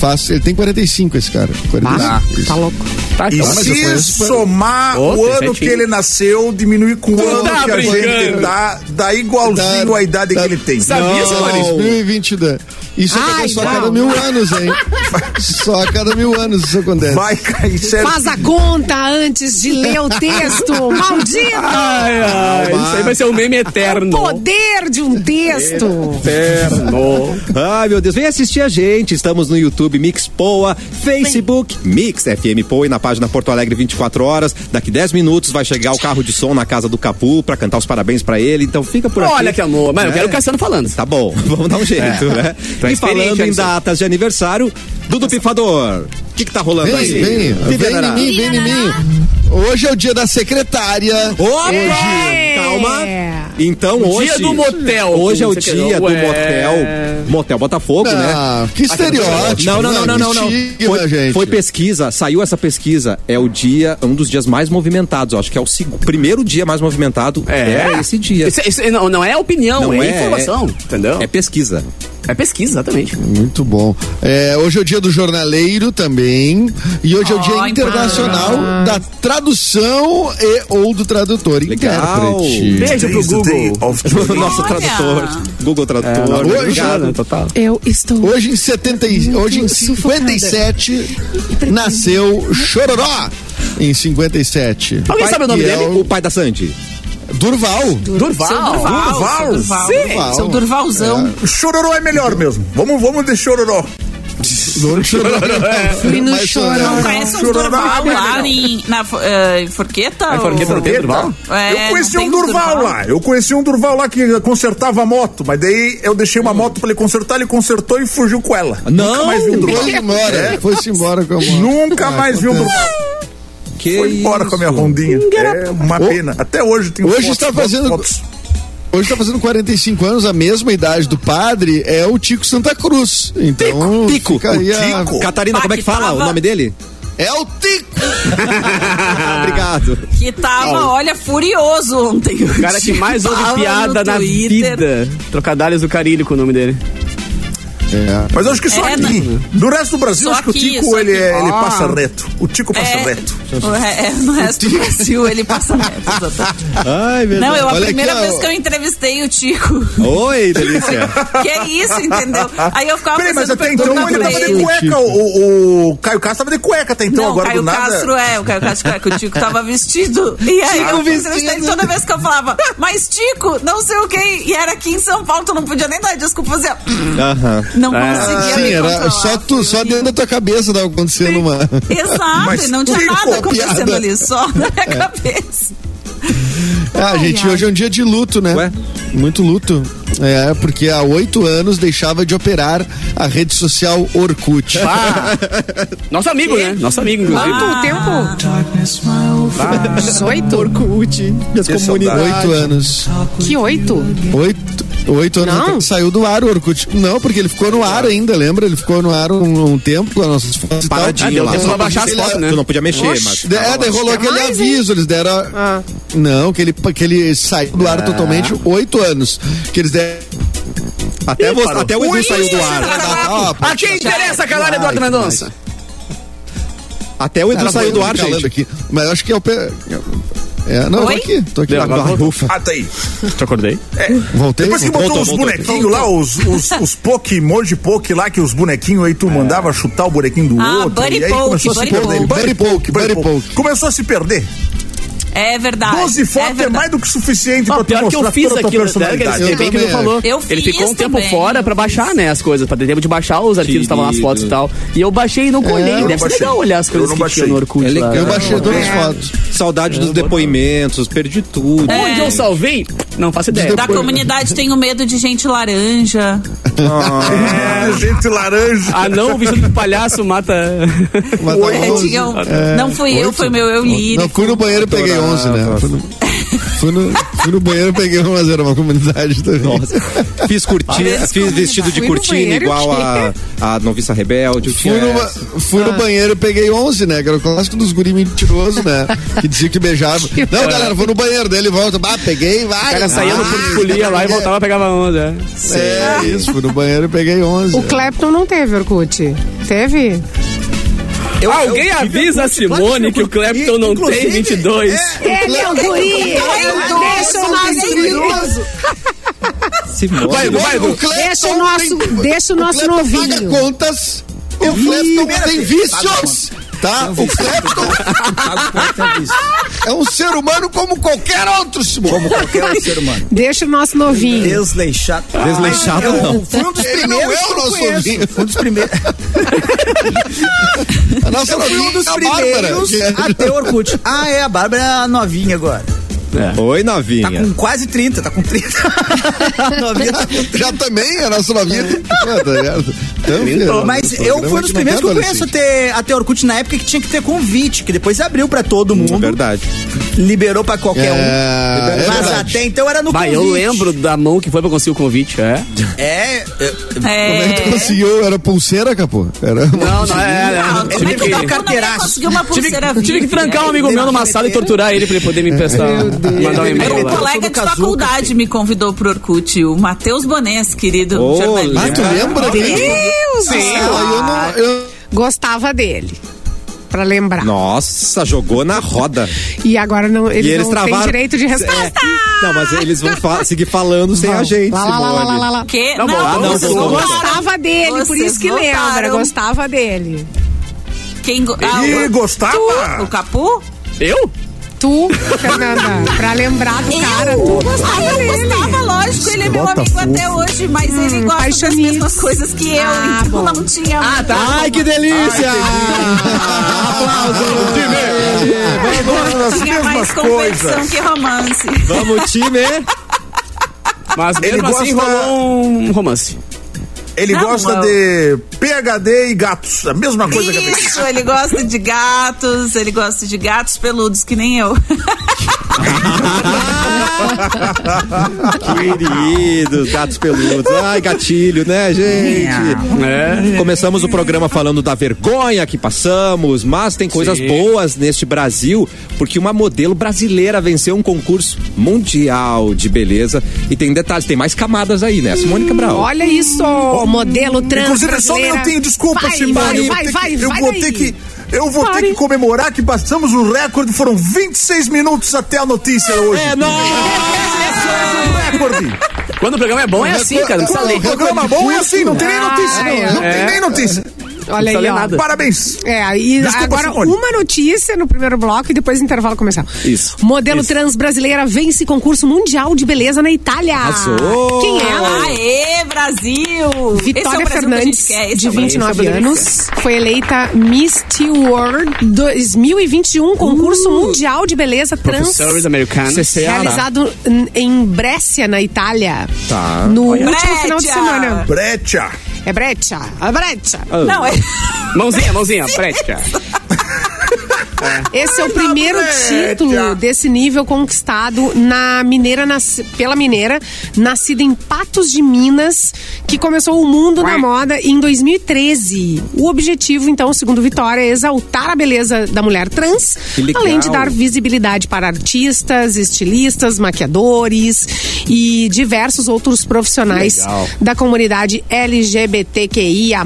Speaker 6: Faz, ele tem 45, esse cara. 45.
Speaker 2: Ah,
Speaker 3: Tá,
Speaker 6: Isso.
Speaker 3: tá louco.
Speaker 2: Tá,
Speaker 5: E
Speaker 2: então, mas eu
Speaker 6: eu
Speaker 5: se
Speaker 6: conheço esse
Speaker 5: somar
Speaker 2: Ô,
Speaker 5: o
Speaker 2: tem
Speaker 5: ano que
Speaker 2: certinho.
Speaker 5: ele nasceu, diminuir com o ano
Speaker 2: tá
Speaker 5: que a gente
Speaker 2: brincando.
Speaker 5: dá, dá igualzinho
Speaker 6: Tá,
Speaker 5: a idade
Speaker 6: tá.
Speaker 5: que ele tem.
Speaker 2: Sabia, seu Maurício?
Speaker 6: 2022. Isso
Speaker 3: Ai,
Speaker 6: acontece só a
Speaker 3: não.
Speaker 6: cada mil anos, hein? só a cada mil anos isso acontece.
Speaker 5: Vai cair certo.
Speaker 3: Faz a conta antes de ler o texto. *laughs* Maldito!
Speaker 2: Ai, ai, isso aí vai ser um meme eterno.
Speaker 3: Poder de um texto.
Speaker 2: Eterno.
Speaker 1: Ai, meu Deus, vem assistir a gente. Estamos no YouTube Mix Poa, Facebook Mix FM Poa e na página Porto Alegre 24 horas. Daqui 10 minutos vai chegar o carro de som na casa do Capu pra cantar os parabéns pra ele. Então fica por aqui.
Speaker 2: Olha que amor. Mas eu quero o Cassiano falando.
Speaker 1: Tá bom, *laughs* vamos dar um jeito, né?
Speaker 2: Tá
Speaker 1: e
Speaker 2: experiente,
Speaker 1: falando em
Speaker 2: Alisson.
Speaker 1: datas de aniversário, Dudu Pifador, o que, que tá rolando
Speaker 6: Vem,
Speaker 1: aí?
Speaker 6: vem,
Speaker 1: Pivenerá.
Speaker 6: vem em mim, vem em mim. Hoje é o dia da secretária.
Speaker 1: Opa!
Speaker 3: Hoje.
Speaker 1: Calma. Então
Speaker 2: O
Speaker 1: hoje.
Speaker 2: dia do motel.
Speaker 1: Hoje é o
Speaker 2: Você quer-
Speaker 1: dia do
Speaker 2: Ué.
Speaker 1: motel. Motel Botafogo,
Speaker 6: Ah,
Speaker 1: né?
Speaker 6: que estereótipo.
Speaker 1: Não, não, não, não, não. não.
Speaker 6: Que estigma,
Speaker 1: Foi,
Speaker 6: gente.
Speaker 1: foi pesquisa, saiu essa pesquisa. É o dia, um dos dias mais movimentados. Eu acho que é o seg- primeiro dia mais movimentado. É, esse dia.
Speaker 2: Isso- isso não, não é opinião,
Speaker 1: Não
Speaker 2: é,
Speaker 1: é,
Speaker 2: informação. Entendeu?
Speaker 1: É pesquisa.
Speaker 2: É pesquisa, exatamente.
Speaker 6: Muito bom. É, hoje é o dia do jornaleiro também. E hoje é o
Speaker 4: Ó,
Speaker 6: dia internacional da tradução e ou do tradutor.
Speaker 1: Legal.
Speaker 6: Intérprete.
Speaker 2: Beijo pro
Speaker 5: Days, the day
Speaker 2: Google.
Speaker 5: of
Speaker 1: *laughs*
Speaker 5: the-
Speaker 1: Nosso
Speaker 4: Olha.
Speaker 1: tradutor, Google Tradutor.
Speaker 6: hoje-
Speaker 1: É, obrigado.
Speaker 2: total.
Speaker 3: Eu estou.
Speaker 6: Hoje em, 70, e- hoje em 57 nasceu Chororó. Em 57.
Speaker 2: Alguém
Speaker 1: Pai-
Speaker 2: sabe o nome
Speaker 1: e é
Speaker 2: dele?
Speaker 1: o pai da Sandy.
Speaker 6: Durval.
Speaker 2: Durval.
Speaker 4: Seu Durval.
Speaker 5: Durval.
Speaker 4: Seu Durval.
Speaker 6: Durval.
Speaker 4: Seu Durvalzão.
Speaker 5: Chororô é melhor mesmo. Vamos, vamos de chororô.
Speaker 6: Dono Chororó.
Speaker 3: Fui no
Speaker 6: Mas,
Speaker 3: Chororó.
Speaker 6: é,
Speaker 4: Conhece um
Speaker 5: Chororó.
Speaker 4: Durval lá em, na eh, Forqueta?
Speaker 2: É Forqueta,
Speaker 4: ou-
Speaker 2: não tem Durval?
Speaker 4: É,
Speaker 5: eu conheci
Speaker 4: não tem
Speaker 5: um Durval, lá. Eu conheci um Durval lá que consertava a moto. Mas daí eu deixei
Speaker 4: Hum.
Speaker 5: uma moto pra ele consertar, ele consertou e fugiu com ela.
Speaker 1: Não.
Speaker 5: Nunca mais vi o Durval.
Speaker 6: Foi embora. Foi-se embora com a moto.
Speaker 5: Nunca
Speaker 6: Ah,
Speaker 5: mais vi o
Speaker 6: acontece.
Speaker 5: Durval.
Speaker 1: Que
Speaker 5: Foi embora
Speaker 1: isso?
Speaker 5: com a minha rondinha. É uma
Speaker 6: Ô,
Speaker 5: pena. Até hoje tem
Speaker 6: hoje
Speaker 4: tá
Speaker 6: está fazendo- Hoje está fazendo 45 anos, a mesma idade do padre é o Tico Santa Cruz. Então,
Speaker 1: Tico,
Speaker 6: fica aí a-
Speaker 5: Tico.
Speaker 1: Catarina, como é que fala o nome dele?
Speaker 6: É o Tico!
Speaker 1: Obrigado.
Speaker 4: Que tava, olha, furioso ontem.
Speaker 2: O cara que mais ouve piada na vida. Trocadalhos do Carilho com o nome dele.
Speaker 6: É.
Speaker 5: Mas acho que só
Speaker 4: É,
Speaker 5: aqui. No resto do Brasil,
Speaker 4: Só
Speaker 5: acho que o
Speaker 4: aqui,
Speaker 5: Tico
Speaker 4: só
Speaker 5: ele,
Speaker 4: aqui.
Speaker 5: é- ele
Speaker 4: Ah.
Speaker 5: passa reto. O Tico passa
Speaker 4: É,
Speaker 5: reto.
Speaker 4: é, é, no resto do Brasil ele passa reto. exatamente.
Speaker 1: Ai, meu
Speaker 4: Não, eu, a
Speaker 6: Olha
Speaker 4: primeira
Speaker 6: aqui, ó.
Speaker 4: vez que eu entrevistei o Tico, *laughs*
Speaker 1: Oi, delícia.
Speaker 4: que é isso, entendeu? Aí eu ficava
Speaker 5: Peraí, mas
Speaker 4: fazendo
Speaker 5: até
Speaker 4: pergunta
Speaker 5: então ele
Speaker 4: pra
Speaker 5: tava de cueca. O, o- o Caio Castro tava de cueca até então.
Speaker 4: Não,
Speaker 5: agora
Speaker 4: Caio
Speaker 5: do nada.
Speaker 4: Castro é, o Caio Castro é, que o Tico tava vestido. E aí eu fui entrevistar ele toda vez que eu falava, mas Tico, não sei o quê. E era aqui em São Paulo, tu não podia nem dar desculpa, fazia.
Speaker 1: Aham.
Speaker 4: Não conseguia.
Speaker 6: Sim,
Speaker 4: me
Speaker 6: era
Speaker 4: controlar,
Speaker 6: só, tu, só
Speaker 4: foi
Speaker 6: dentro da tua cabeça tava acontecendo uma.
Speaker 4: Exato,
Speaker 5: Mas
Speaker 4: e não tinha
Speaker 5: tu
Speaker 4: nada
Speaker 5: ficou
Speaker 4: acontecendo
Speaker 6: piada.
Speaker 4: ali, só na minha cabeça.
Speaker 6: Ah, gente, hoje é um dia de luto, né?
Speaker 1: Ué?
Speaker 6: Muito luto. É, porque há oito anos deixava de operar a rede social Orkut.
Speaker 3: *laughs*
Speaker 2: Nosso amigo, né? Nosso amigo, inclusive.
Speaker 3: Quanto tempo? Ah. 18?
Speaker 1: Minhas
Speaker 5: Que
Speaker 6: Oito anos.
Speaker 3: Que oito?
Speaker 6: Oito, oito anos
Speaker 3: Não?
Speaker 6: atrás saiu do ar o Orkut. Não, porque ele ficou no ar ainda, lembra? Ele ficou no ar um, um tempo com as nossas fotos e tal.
Speaker 1: Paradinho
Speaker 2: Ah, deu
Speaker 1: lá.
Speaker 2: tempo pra baixar as
Speaker 6: Ele-
Speaker 2: fotos, né?
Speaker 1: Tu não podia mexer, mas.
Speaker 6: É, daí rolou aquele
Speaker 3: mais,
Speaker 6: aviso, eles deram. a-
Speaker 3: Ah.
Speaker 6: Não, que ele, que ele saiu do ar totalmente oito anos. Que eles deram.
Speaker 1: Até, você- até o Edu saiu do
Speaker 3: tá
Speaker 1: ar.
Speaker 6: Ah,
Speaker 2: A quem interessa, caralho, Eduardo Mendonça?
Speaker 1: Até o Edu
Speaker 6: Ela
Speaker 1: saiu do ar, gente.
Speaker 6: Aqui. Mas eu acho que é o. pe- É, não, eu tô
Speaker 4: Oi?
Speaker 6: aqui. Tô aqui.
Speaker 2: Deu, agora
Speaker 6: Ah,
Speaker 2: voltou.
Speaker 6: ufa,
Speaker 5: Ah, tá aí.
Speaker 2: Te acordei.
Speaker 6: voltei.
Speaker 5: Depois que
Speaker 6: voltei.
Speaker 5: botou
Speaker 1: voltou,
Speaker 5: os
Speaker 1: voltou.
Speaker 5: bonequinhos lá, os, os, os poke, emoji poke lá, que os bonequinhos aí tu mandava chutar o bonequinho do
Speaker 4: Ah,
Speaker 5: outro.
Speaker 4: buddy
Speaker 5: e aí
Speaker 4: poke,
Speaker 5: começou a se
Speaker 4: buddy
Speaker 5: perder.
Speaker 6: poke. Buddy poke, buddy poke.
Speaker 5: Começou a se perder.
Speaker 4: É verdade.
Speaker 5: 12
Speaker 4: é
Speaker 5: fotos é,
Speaker 4: verdade.
Speaker 5: mais do que suficiente
Speaker 2: Não,
Speaker 5: pra tu
Speaker 2: pior que eu
Speaker 5: mostrar
Speaker 2: fiz
Speaker 5: toda a tua
Speaker 2: aquilo, né? Que
Speaker 5: personalidade.
Speaker 2: ele- bem que ele
Speaker 6: também,
Speaker 2: falou.
Speaker 4: eu
Speaker 2: ele
Speaker 4: fiz
Speaker 2: ficou um tempo
Speaker 4: também,
Speaker 2: fora pra
Speaker 4: eu
Speaker 2: baixar,
Speaker 4: fiz.
Speaker 2: né, as coisas, pra ter tempo de baixar os arquivos, estavam lá as fotos e tal. E eu baixei e não colhei.
Speaker 5: eu não
Speaker 2: Deve ser
Speaker 5: baixei.
Speaker 2: legal olhar as
Speaker 5: Eu
Speaker 2: coisas
Speaker 5: não
Speaker 2: que tinha
Speaker 5: baixei.
Speaker 2: no Orkut
Speaker 1: É
Speaker 2: lá.
Speaker 1: legal.
Speaker 6: Eu baixei duas fotos.
Speaker 1: Saudade dos depoimentos, perdi tudo.
Speaker 2: Onde eu salvei? Não faço ideia.
Speaker 4: Da comunidade tenho medo de gente laranja.
Speaker 5: *laughs* É, gente laranja.
Speaker 2: Ah, não, o vestido de palhaço mata.
Speaker 6: Mas tá
Speaker 4: É,
Speaker 6: onze.
Speaker 4: tinha um- não fui eu,
Speaker 6: Oito?
Speaker 4: foi meu eu
Speaker 6: Não,
Speaker 4: lírico.
Speaker 6: fui no banheiro e peguei 11, né? Fui no, fui no, fui no banheiro e peguei 1 a 0, uma comunidade também.
Speaker 1: Fiz cortina, fiz vestido de
Speaker 3: Fui no
Speaker 1: cortina
Speaker 3: banheiro,
Speaker 1: igual a, a noviça rebelde. é.
Speaker 6: Fui,
Speaker 1: tinha
Speaker 6: no, ba-
Speaker 1: essa.
Speaker 6: fui no banheiro e peguei 11, né? Que era o clássico dos guri mentiroso, né? Que dizia que beijava. Não, galera, vou no banheiro, daí ele volta. Ah, peguei, vai.
Speaker 2: O cara saía no
Speaker 6: vai,
Speaker 2: portfolio lá e voltava e pegava onda.
Speaker 6: É isso, fui no banheiro e peguei 11.
Speaker 3: O Clapton não teve Orkut. Teve?
Speaker 2: Alguém avisa a Simone que o Clapton não tem 22.
Speaker 3: É, meu guri! Deixa o nosso,
Speaker 1: Simone.
Speaker 2: Vai, vai,
Speaker 6: Olha,
Speaker 2: vai.
Speaker 6: o Clepton
Speaker 3: deixa o nosso,
Speaker 6: tem-
Speaker 3: deixa o nosso
Speaker 6: Clepton Paga
Speaker 3: novinho.
Speaker 6: contas. E o Clepton tem vícios. Tá? O Clepton é um ser humano como qualquer outro, Simão.
Speaker 8: Como qualquer ser humano.
Speaker 3: Deixa o nosso novinho.
Speaker 8: Desleixado.
Speaker 1: Desleixado,
Speaker 5: Ah, é
Speaker 8: eu,
Speaker 1: não.
Speaker 8: Fui um dos
Speaker 6: Ele
Speaker 8: primeiros.
Speaker 6: não é o
Speaker 8: que eu
Speaker 6: nosso
Speaker 8: conheço.
Speaker 6: ouvinte.
Speaker 8: Fui um dos
Speaker 5: *laughs*
Speaker 8: primeiros.
Speaker 6: A nossa
Speaker 8: Eu fui um dos
Speaker 6: novinha, a Bárbara,
Speaker 8: primeiros
Speaker 6: que é-
Speaker 8: a ter Orkut. Ah, é, a Bárbara é a novinha agora.
Speaker 1: Oi,
Speaker 8: Tá
Speaker 1: novinha.
Speaker 8: com quase 30, tá com
Speaker 4: *laughs*
Speaker 8: 30. A *laughs* novinha tá com
Speaker 6: Já também a nossa novinha. tem- Ah, tá ligado? Então, filho,
Speaker 8: É. Mas
Speaker 6: nosso
Speaker 8: eu
Speaker 6: programa
Speaker 8: fui um dos primeiros que
Speaker 6: aqui não tem
Speaker 8: eu conheço a
Speaker 6: adolescente.
Speaker 8: ter, a ter Orkut na época que tinha que ter convite, que depois abriu pra todo mundo.
Speaker 1: É Verdade.
Speaker 8: Liberou pra qualquer
Speaker 6: É,
Speaker 8: um.
Speaker 6: é
Speaker 8: Mas
Speaker 6: verdade.
Speaker 8: até então era no
Speaker 2: Vai,
Speaker 8: convite.
Speaker 2: eu lembro da mão que foi pra conseguir o convite, é?
Speaker 8: É. eu-
Speaker 6: Como é que tu
Speaker 4: É.
Speaker 6: conseguiu? Era pulseira, capô? Era
Speaker 2: Não, não, é. é,
Speaker 4: Ah,
Speaker 2: não.
Speaker 4: como é
Speaker 2: Tive
Speaker 4: que
Speaker 8: dar
Speaker 4: eu
Speaker 8: um
Speaker 2: que-
Speaker 8: carteiraço.
Speaker 4: conseguiu uma
Speaker 2: tive-
Speaker 4: pulseira
Speaker 2: Tive que
Speaker 4: viva?
Speaker 2: trancar um amigo meu numa sala e torturar ele pra ele poder me emprestar. Mandar um
Speaker 4: Era
Speaker 2: e-mail
Speaker 4: um
Speaker 2: lá.
Speaker 8: sou
Speaker 4: colega
Speaker 8: do
Speaker 4: de
Speaker 8: Kazuca,
Speaker 4: faculdade me convidou pro Orkut, o Matheus Bonés, querido
Speaker 1: Ô,
Speaker 4: jornalista.
Speaker 6: Ah, tu lembra?
Speaker 3: Deus do
Speaker 6: Ah,
Speaker 3: céu.
Speaker 6: eu não- eu-
Speaker 3: Gostava dele. Pra lembrar.
Speaker 1: Nossa, jogou na roda.
Speaker 3: E agora não, eles,
Speaker 1: e eles
Speaker 3: não
Speaker 1: travaram.
Speaker 3: têm direito de resposta.
Speaker 1: É. Não, mas eles vão fa- seguir falando sem a gente,
Speaker 3: Lá, lá,
Speaker 1: Simone.
Speaker 3: lá, lá, lá, lá, lá.
Speaker 4: Que?
Speaker 2: Não, não, não,
Speaker 4: vocês
Speaker 1: não, não.
Speaker 4: votaram.
Speaker 3: Gostava dele, por
Speaker 4: Vocês
Speaker 3: isso que
Speaker 4: votaram.
Speaker 3: lembra. Gostava dele.
Speaker 4: Quem go- ah,
Speaker 5: Ih,
Speaker 4: o-
Speaker 5: gostava?
Speaker 4: Tu, o Capu?
Speaker 2: Eu?
Speaker 3: Tu, Fernanda, pra lembrar do cara, tu
Speaker 4: Ah,
Speaker 3: gostava
Speaker 4: eu
Speaker 3: dele.
Speaker 4: gostava, lógico, ele é meu amigo até hoje, mas ele gosta das
Speaker 3: paixonista.
Speaker 4: mesmas coisas que eu,
Speaker 3: Ah,
Speaker 4: então
Speaker 3: bom.
Speaker 4: não tinha. Ah,
Speaker 1: Ai, que delícia! Aplausos, time!
Speaker 4: tinha mais competição que romance.
Speaker 1: Vamos, time!
Speaker 2: Mas
Speaker 5: Ele
Speaker 2: mesmo assim
Speaker 5: gosta-
Speaker 2: rolou um romance.
Speaker 5: Ele
Speaker 3: Ah,
Speaker 4: Não,
Speaker 5: gosta
Speaker 4: não.
Speaker 5: de PHD e gatos. A mesma coisa que a gente.
Speaker 4: Isso, ele gosta de gatos, ele gosta de gatos peludos, que nem eu.
Speaker 1: Queridos, gatos peludos. Ai, gatilho, né, gente?
Speaker 2: É.
Speaker 1: Começamos o programa falando da vergonha que passamos, mas tem coisas
Speaker 2: Sim.
Speaker 1: boas neste Brasil, porque uma modelo brasileira venceu um concurso mundial de beleza. E tem detalhes, tem mais camadas aí, né? Simone Cabral.
Speaker 3: Olha isso, é modelo trans
Speaker 5: Inclusive, só um
Speaker 3: brasileira.
Speaker 5: minutinho, desculpa,
Speaker 3: vai,
Speaker 5: Simone.
Speaker 3: Vai,
Speaker 5: eu vou ter
Speaker 3: vai,
Speaker 5: que-
Speaker 3: vai,
Speaker 5: eu
Speaker 3: vai
Speaker 5: vou
Speaker 3: daí.
Speaker 5: ter que. Eu vou ter
Speaker 3: Pare.
Speaker 5: que comemorar que passamos o recorde, foram 26 minutos até a notícia hoje. É, não! É recorde!
Speaker 2: Quando o programa é bom, é assim, cara. Não precisa
Speaker 5: Quando
Speaker 2: ler.
Speaker 5: o programa bom é assim, não tem nem notícia.
Speaker 3: Ah, é.
Speaker 5: Não tem nem notícia.
Speaker 3: Olha
Speaker 2: Não
Speaker 3: aí,
Speaker 2: falei
Speaker 3: ó.
Speaker 2: nada.
Speaker 5: Parabéns!
Speaker 3: É, e
Speaker 5: Desculpa,
Speaker 3: agora
Speaker 5: Simone.
Speaker 3: uma notícia no primeiro bloco e depois intervalo comercial.
Speaker 1: Isso.
Speaker 3: Modelo trans brasileira vence concurso mundial de beleza na Itália.
Speaker 1: Arrasou.
Speaker 3: Quem é ela?
Speaker 4: Aê, Brasil! Esse é
Speaker 3: Vitória
Speaker 4: o Brasil
Speaker 3: Fernandes,
Speaker 4: que a gente quer. esse
Speaker 3: de
Speaker 4: é o Brasil.
Speaker 3: 29 anos, foi eleita Miss Teen World 2021, concurso
Speaker 4: Uh!
Speaker 3: mundial de beleza trans.
Speaker 2: Professores americanos.
Speaker 4: é
Speaker 3: Realizado n- em Brécia, na Itália.
Speaker 1: Tá.
Speaker 3: No
Speaker 4: Olha.
Speaker 3: último final de
Speaker 4: Breccia.
Speaker 3: semana.
Speaker 5: Brecha!
Speaker 3: É Breccia. A Breccia.
Speaker 4: Não, é.
Speaker 2: Ah.
Speaker 4: *laughs*
Speaker 2: Mãozinha, mãozinha, prática.
Speaker 3: Esse é o primeiro título desse nível conquistado na mineira nas- pela mineira, nascida em Patos de Minas, que começou o mundo na moda em 2013. O objetivo, então, segundo Vitória, é exaltar a beleza da mulher trans,
Speaker 1: Que legal.
Speaker 3: além de dar visibilidade para artistas, estilistas, maquiadores e diversos outros profissionais da comunidade LGBTQIA+.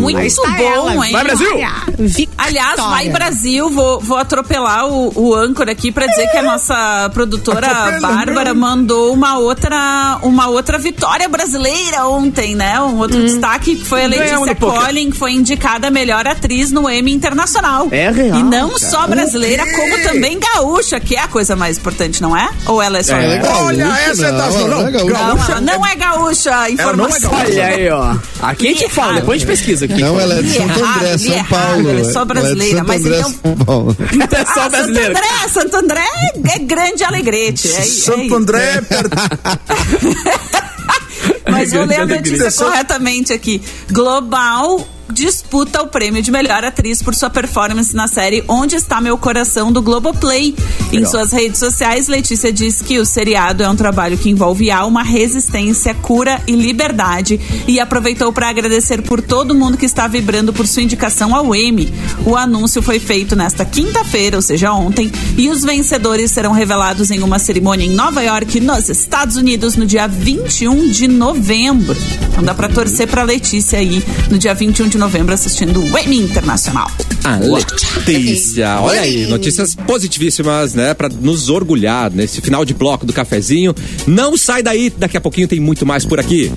Speaker 4: Muito
Speaker 3: Aí está
Speaker 4: bom,
Speaker 3: ela,
Speaker 4: hein?
Speaker 2: Vai, Brasil!
Speaker 3: Vitória. Vic-
Speaker 4: Aliás, Aliás,
Speaker 3: Vitória.
Speaker 4: vai Brasil, vou, vou atropelar o, o âncora aqui pra dizer que a nossa produtora
Speaker 5: Atropela,
Speaker 3: né?
Speaker 4: Bárbara mandou uma outra, uma outra vitória brasileira ontem, né? Um outro
Speaker 3: Hum.
Speaker 4: destaque que foi a Letícia Collin, que foi indicada a melhor atriz no Emmy Internacional.
Speaker 2: É real,
Speaker 4: E não
Speaker 2: cara.
Speaker 4: só brasileira, como também gaúcha, que é a coisa mais importante, não é? Ou ela é só.
Speaker 6: É, ela é gaúcha,
Speaker 5: Olha, essa é
Speaker 6: não,
Speaker 5: das.
Speaker 6: ela não é
Speaker 5: Não,
Speaker 6: gaúcha.
Speaker 4: Não,
Speaker 5: gaúcha.
Speaker 4: ela não é gaúcha,
Speaker 5: Ela não é
Speaker 4: informação.
Speaker 5: gaúcha.
Speaker 2: Olha aí, ó. Aqui a gente
Speaker 4: Errado.
Speaker 2: fala, depois a gente pesquisa aqui.
Speaker 6: Não, ela é de
Speaker 4: Li
Speaker 6: Santo
Speaker 4: errado,
Speaker 6: André,
Speaker 4: li
Speaker 6: São
Speaker 4: errado,
Speaker 6: Paulo.
Speaker 4: ela é só brasileira,
Speaker 6: Santo
Speaker 4: mas
Speaker 6: André,
Speaker 4: então-
Speaker 6: São Paulo.
Speaker 2: *laughs* é
Speaker 4: Ah,
Speaker 2: só
Speaker 4: Santo
Speaker 2: brasileiro.
Speaker 4: André, Santo André é grande alegrete. É, é
Speaker 5: Santo
Speaker 4: isso.
Speaker 5: André é perto. é
Speaker 4: Mas vou ler a notícia
Speaker 5: Interessante.
Speaker 4: corretamente aqui. Global disputa o prêmio de melhor atriz por sua performance na série Onde Está Meu Coração do Globoplay. Em suas redes sociais, Letícia diz que o seriado é um trabalho que envolve alma, resistência, cura e liberdade e aproveitou para agradecer por todo mundo que está vibrando por sua indicação ao Emmy. O anúncio foi feito nesta quinta-feira, ou seja, ontem, e os vencedores serão revelados em uma cerimônia em Nova York, nos Estados Unidos, no dia 21 de novembro. Então dá pra torcer pra Letícia aí no dia 21 de novembro assistindo o Emmy Internacional.
Speaker 1: A Letícia. Ah, Olha aí, notícias positivíssimas, né? Pra nos orgulhar nesse final de bloco do cafezinho. Não sai daí, daqui a pouquinho tem muito mais por aqui.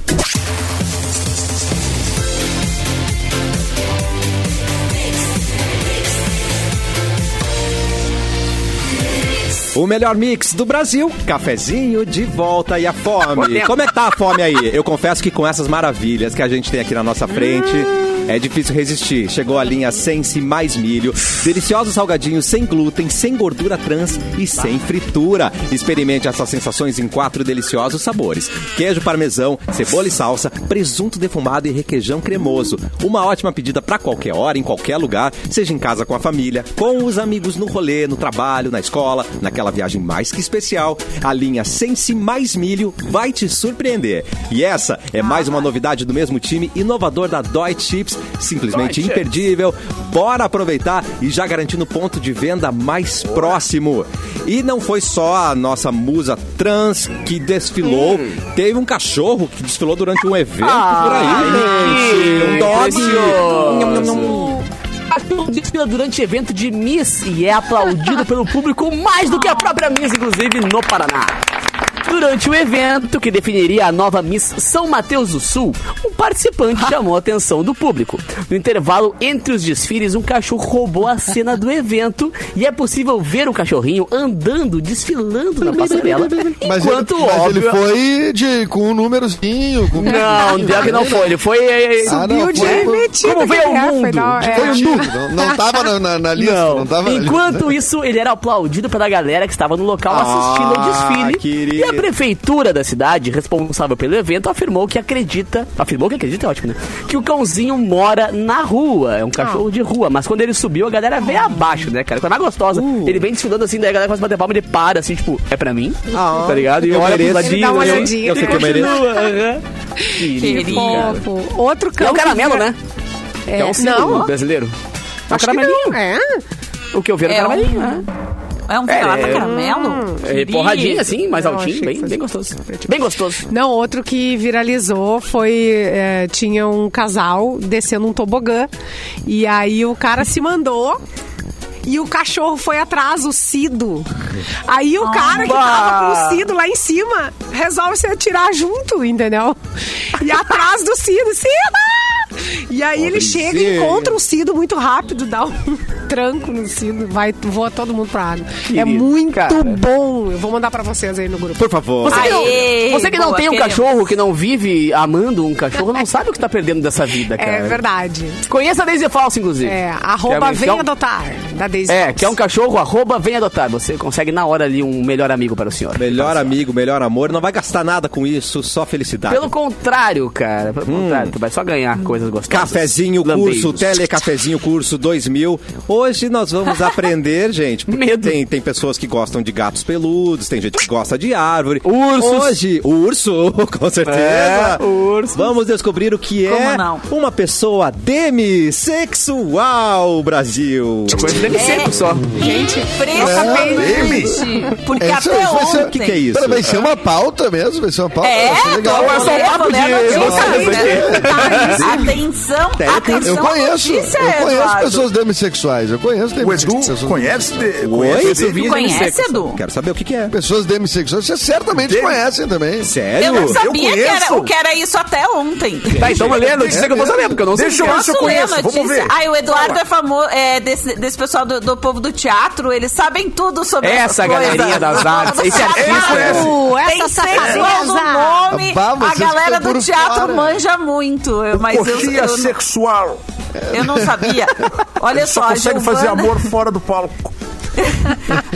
Speaker 1: O melhor mix do Brasil, cafezinho de volta e a fome. Como é que tá a fome aí? Eu confesso que com essas maravilhas que a gente tem aqui na nossa frente, é difícil resistir. Chegou a linha Sense mais milho, deliciosos salgadinhos sem glúten, sem gordura trans e sem fritura. Experimente essas sensações em quatro deliciosos sabores: queijo parmesão, cebola e salsa, presunto defumado e requeijão cremoso. Uma ótima pedida pra qualquer hora, em qualquer lugar, seja em casa com a família, com os amigos no rolê, no trabalho, na escola, naquela viagem mais que especial. A linha Sense Mais Milho vai te surpreender. E essa é mais uma novidade do mesmo time inovador da Dói Chips, simplesmente imperdível. Bora aproveitar e já garantindo o ponto de venda mais próximo. E não foi só a nossa musa trans que desfilou, teve um cachorro que desfilou durante um evento por aí, gente. Um dog. Nham, nham, nham.
Speaker 2: Arthur desfila durante evento de Miss e é aplaudido pelo público mais do que a própria Miss, inclusive no Paraná. Durante o evento que definiria a nova Miss São Mateus do Sul, um participante chamou a atenção do público. No intervalo entre os desfiles, um cachorro roubou a cena do evento e é possível ver o cachorrinho andando, desfilando na passarela,
Speaker 6: Mas
Speaker 2: enquanto
Speaker 6: ele, mas
Speaker 2: óbvio...
Speaker 6: ele foi de, com um númerozinho. Com
Speaker 2: Não, um pior que não foi. Ele foi. eh, eh,
Speaker 6: Ah, não, foi-
Speaker 2: Como
Speaker 3: Metido
Speaker 2: veio
Speaker 3: que
Speaker 2: ao
Speaker 3: é,
Speaker 2: mundo?
Speaker 3: foi da- é.
Speaker 6: Foi o número. Não, não tava na, na- na lista. Não, tava na
Speaker 2: Enquanto isso, ele era aplaudido pela galera que estava no local assistindo ao desfile.
Speaker 1: querido.
Speaker 2: E a prefeitura da cidade, responsável pelo evento, afirmou que acredita. Afirmou que acredita, é ótimo, né? Que o cãozinho mora na rua. É um cachorro de rua. Mas quando ele subiu, a galera veio abaixo, né, cara? Coisa mais gostosa. Ele vem desfilando assim, daí a galera começa a bater palma, ele para assim, tipo, é pra mim? tá ligado? E
Speaker 1: Eu
Speaker 2: olha pro
Speaker 1: mereço.
Speaker 2: ladinho.
Speaker 3: Ele dá uma
Speaker 2: né?
Speaker 3: olhadinha.
Speaker 1: Eu sei que eu mereço.
Speaker 2: Continua, aham. Querido, cara.
Speaker 3: Fofo. Outro
Speaker 2: É
Speaker 3: cão.
Speaker 2: o caramelo,
Speaker 3: que-
Speaker 2: né?
Speaker 3: É,
Speaker 2: É, um símbolo
Speaker 3: não,
Speaker 2: brasileiro. É o
Speaker 3: acho que não.
Speaker 2: caramelinho.
Speaker 3: É?
Speaker 2: O que eu vi era
Speaker 4: É um-
Speaker 2: caramelinho, né?
Speaker 4: É um
Speaker 2: É,
Speaker 4: vira-lata
Speaker 2: é.
Speaker 4: caramelo?
Speaker 2: É,
Speaker 4: Querido.
Speaker 2: porradinha, assim, mais
Speaker 3: Eu
Speaker 2: altinho,
Speaker 3: achei que um
Speaker 2: bem,
Speaker 3: fosse-
Speaker 2: bem gostoso. Bem gostoso.
Speaker 3: Não, outro que viralizou foi. eh, tinha um casal descendo um tobogã. E aí o cara se mandou. E o cachorro foi atrás, o Cido. Aí o cara que tava com o Cido lá em cima resolve se atirar junto, entendeu? E atrás do Cido, Cido! E aí ele chega e encontra o Cido muito rápido, dá um *laughs* tranco no Cido, vai, voa todo mundo pra água. é muito
Speaker 2: cara.
Speaker 3: bom. Eu vou mandar pra vocês aí no grupo.
Speaker 1: Por favor.
Speaker 2: Você, que não-
Speaker 4: Aê,
Speaker 2: você que não
Speaker 4: boa,
Speaker 2: tem um
Speaker 4: queremos.
Speaker 2: cachorro, que não vive amando um cachorro, não sabe o que tá perdendo dessa vida, cara.
Speaker 3: É verdade.
Speaker 2: Conheça a Daisy Falsa, inclusive.
Speaker 3: É,
Speaker 2: Que
Speaker 3: arroba
Speaker 2: é,
Speaker 3: vem
Speaker 2: que é um-
Speaker 3: adotar, da Daisy.
Speaker 2: É,
Speaker 3: Fox.
Speaker 2: que é um cachorro, arroba vem adotar. Você consegue na hora ali um melhor amigo para o senhor.
Speaker 1: Melhor amigo, melhor amor. Não vai gastar nada com isso, só felicidade.
Speaker 2: Pelo contrário, cara. Pelo contrário, tu vai só ganhar coisas gostosas.
Speaker 1: Cafezinho
Speaker 2: Lambeiros.
Speaker 1: Curso, Telecafezinho Curso 2000. Hoje nós vamos aprender, gente. porque
Speaker 2: Medo.
Speaker 1: Tem, tem pessoas que gostam de gatos peludos, tem gente que gosta de árvore.
Speaker 2: Ursos.
Speaker 1: Hoje, urso, *laughs* com certeza.
Speaker 2: É, ursos.
Speaker 1: Vamos descobrir o que é
Speaker 4: Como não?
Speaker 1: uma pessoa demissexual, Brasil.
Speaker 2: Coisa deve
Speaker 3: É.
Speaker 2: ser só. É.
Speaker 4: Impressionante. Porque
Speaker 6: É isso
Speaker 4: até
Speaker 6: aí, vai ser-
Speaker 4: ontem...
Speaker 1: O que, que é isso?
Speaker 6: Pera, vai ser uma pauta mesmo? Vai ser uma pauta?
Speaker 4: É,
Speaker 6: Vai ser
Speaker 4: vou
Speaker 6: legal.
Speaker 4: ler, vou ler a notícia.
Speaker 3: Tá, isso.
Speaker 4: Atenção, Atenção, atenção.
Speaker 6: Eu conheço,
Speaker 4: notícia,
Speaker 6: eu conheço
Speaker 4: Eduardo.
Speaker 6: pessoas demissexuais, eu conheço *laughs*
Speaker 5: O Edu
Speaker 6: demissexuais.
Speaker 5: conhece. de-
Speaker 1: Oi?
Speaker 5: conhece de-
Speaker 4: Tu conhece, Edu?
Speaker 1: Quero saber o que, que é.
Speaker 6: Pessoas demissexuais, vocês certamente
Speaker 5: Demi-
Speaker 6: conhecem também.
Speaker 1: Sério?
Speaker 4: Eu não sabia que era,
Speaker 5: conheço.
Speaker 4: o que era isso até ontem.
Speaker 2: Tá, então vou ler a notícia que eu vou saber, porque eu não sei.
Speaker 5: Deixa
Speaker 2: o que é.
Speaker 5: eu- Isso
Speaker 4: ler a
Speaker 5: conheço, vamos
Speaker 4: notícia?
Speaker 5: ver.
Speaker 4: Ai, o Eduardo é famoso, é, desse, desse pessoal do, do povo do teatro, eles sabem tudo sobre
Speaker 2: Essa
Speaker 4: essas coisas.
Speaker 2: galerinha das artes, esse
Speaker 5: Eles
Speaker 2: artista.
Speaker 3: é
Speaker 5: conhecem.
Speaker 4: Tem
Speaker 3: Essa
Speaker 4: é
Speaker 3: é
Speaker 4: sexual no
Speaker 3: safadeza.
Speaker 4: nome,
Speaker 6: Bah,
Speaker 4: a
Speaker 6: vocês
Speaker 4: galera
Speaker 6: ficam
Speaker 4: do
Speaker 6: por
Speaker 4: teatro
Speaker 6: fora.
Speaker 4: manja muito, eu- mas eu,
Speaker 5: Coxinha
Speaker 4: eu, não-
Speaker 5: sexual.
Speaker 4: eu não sabia. Olha
Speaker 5: Ele
Speaker 4: só,
Speaker 5: só
Speaker 4: a
Speaker 5: consegue fazer
Speaker 4: Giovana-
Speaker 5: amor fora do palco.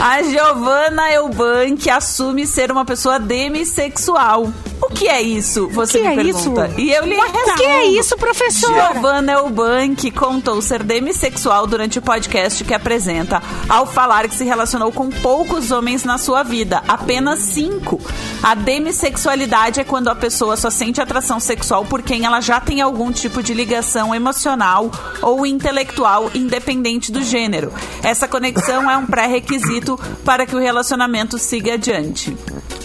Speaker 4: A Giovana Eubank assume ser uma pessoa demissexual. O que é isso? Você
Speaker 3: que
Speaker 4: me
Speaker 3: é
Speaker 4: pergunta.
Speaker 3: isso?
Speaker 4: E eu lhe
Speaker 3: O que é isso, professor?
Speaker 4: Giovanna Então, Eubank contou ser demissexual durante o podcast que apresenta, ao falar que se relacionou com poucos homens na sua vida, apenas cinco. A demissexualidade é quando a pessoa só sente atração sexual por quem ela já tem algum tipo de ligação emocional ou intelectual, independente do gênero. Essa conexão é um pré-requisito para que o relacionamento siga adiante.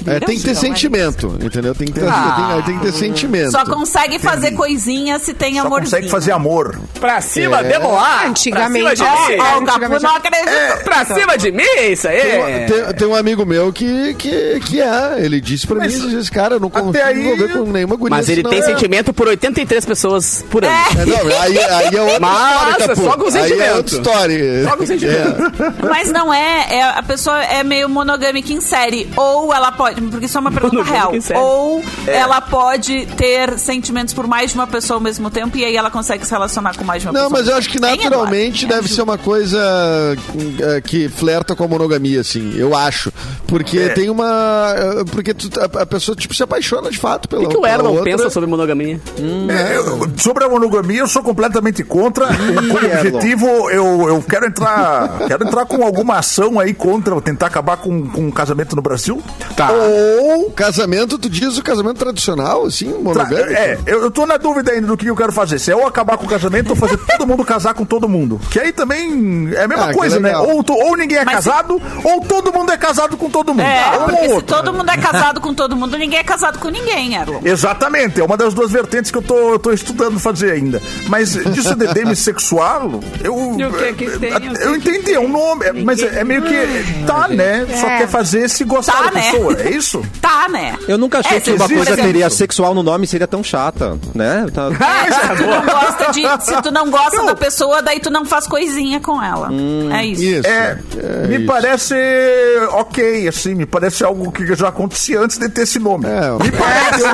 Speaker 6: É, tem que
Speaker 4: Então,
Speaker 6: ter
Speaker 4: é
Speaker 6: sentimento, entendeu? Tem que ter,
Speaker 4: Ah.
Speaker 6: tem, tem que ter sentimento.
Speaker 4: Só consegue fazer coisinha se tem
Speaker 5: Só
Speaker 4: amorzinho.
Speaker 5: consegue fazer amor.
Speaker 2: Pra cima, demolar.
Speaker 3: Antigamente.
Speaker 2: Pra cima de mim.
Speaker 4: Ah, o Capu não acredita.
Speaker 2: pra cima de mim, isso aí.
Speaker 6: Tem, tem um amigo meu que, que, que é, ele disse pra mim, ele disse, cara, eu não consigo
Speaker 5: aí-
Speaker 6: me envolver com nenhuma guria.
Speaker 2: Mas ele
Speaker 6: senão
Speaker 2: tem
Speaker 6: é-
Speaker 2: sentimento por 83 pessoas por ano.
Speaker 4: É.
Speaker 6: É, não, aí, aí é outra
Speaker 2: Mas,
Speaker 6: história, Capu.
Speaker 2: só com
Speaker 6: Aí é
Speaker 2: sentimento.
Speaker 6: outra história.
Speaker 2: Só com sentimento.
Speaker 6: É.
Speaker 4: Mas não é, é- a pessoa é meio monogâmica em série. Ou ela pode, porque isso é uma pergunta
Speaker 2: Monogâmica
Speaker 4: real.
Speaker 2: em série. É.
Speaker 4: Ou ela pode ter sentimentos por mais de uma pessoa ao mesmo tempo e aí ela consegue se relacionar com mais de uma
Speaker 6: Não,
Speaker 4: pessoa. É.
Speaker 6: mas eu acho que
Speaker 4: Hein, Eduardo?
Speaker 6: naturalmente
Speaker 4: Me
Speaker 6: deve
Speaker 4: ajuda.
Speaker 6: ser uma coisa eh, que flerta com a monogamia, assim, eu acho. Porque
Speaker 2: É.
Speaker 6: tem uma. eh, Porque tu- a, a pessoa tipo, se apaixona de fato pela
Speaker 2: O que o
Speaker 6: pela
Speaker 2: Erlon
Speaker 6: outra.
Speaker 2: pensa assim, sobre monogamia?
Speaker 5: É, eu- sobre a monogamia, eu sou completamente contra. Com o objetivo, eu, eu quero entrar. Quero entrar com alguma ação aí contra tentar acabar com, com o casamento no Brasil.
Speaker 6: Tá.
Speaker 2: ah.
Speaker 6: Ou casamento, tu diz o casamento tradicional, assim,
Speaker 5: Tra-
Speaker 6: monogâmico?
Speaker 5: é, eu, eu tô na dúvida ainda do que eu quero fazer. Se é ou acabar com o casamento ou fazer todo mundo casar com todo mundo. Que aí também é a mesma
Speaker 6: Ah, que
Speaker 5: coisa, né?
Speaker 6: legal.
Speaker 5: Ou, tu- ou ninguém é
Speaker 4: Mas se-
Speaker 5: casado, ou todo mundo é casado com todo mundo.
Speaker 4: É,
Speaker 5: Ah, um
Speaker 4: porque
Speaker 5: ou
Speaker 4: se
Speaker 5: outro.
Speaker 6: né?
Speaker 4: todo mundo é casado com todo mundo, ninguém é casado com ninguém, Erlon.
Speaker 5: Exatamente, é uma das duas vertentes que eu tô, eu tô estudando fazer ainda. Mas disso de demissexual, eu.
Speaker 4: E o que é que tem? O que
Speaker 5: Eu
Speaker 4: que
Speaker 5: entendi, é um nome, é- mas é é meio que. Tá, né? Só quer fazer se gostar
Speaker 4: Tá,
Speaker 5: da
Speaker 4: né?
Speaker 5: pessoa, é isso?
Speaker 4: Tá, né?
Speaker 1: Eu nunca achei
Speaker 4: É,
Speaker 1: que
Speaker 4: se-
Speaker 1: uma
Speaker 4: por
Speaker 1: coisa
Speaker 4: exemplo,
Speaker 1: teria sexual no nome seria tão chata, né? Tá-
Speaker 4: *laughs* Se tu não gosta, de, se tu não gosta da pessoa, daí tu não faz coisinha com ela.
Speaker 2: Hum.
Speaker 4: é isso.
Speaker 6: Isso.
Speaker 5: É, me
Speaker 6: isso.
Speaker 5: parece ok, assim, me parece algo que já acontecia antes de ter esse nome.
Speaker 6: É.
Speaker 5: Me parece,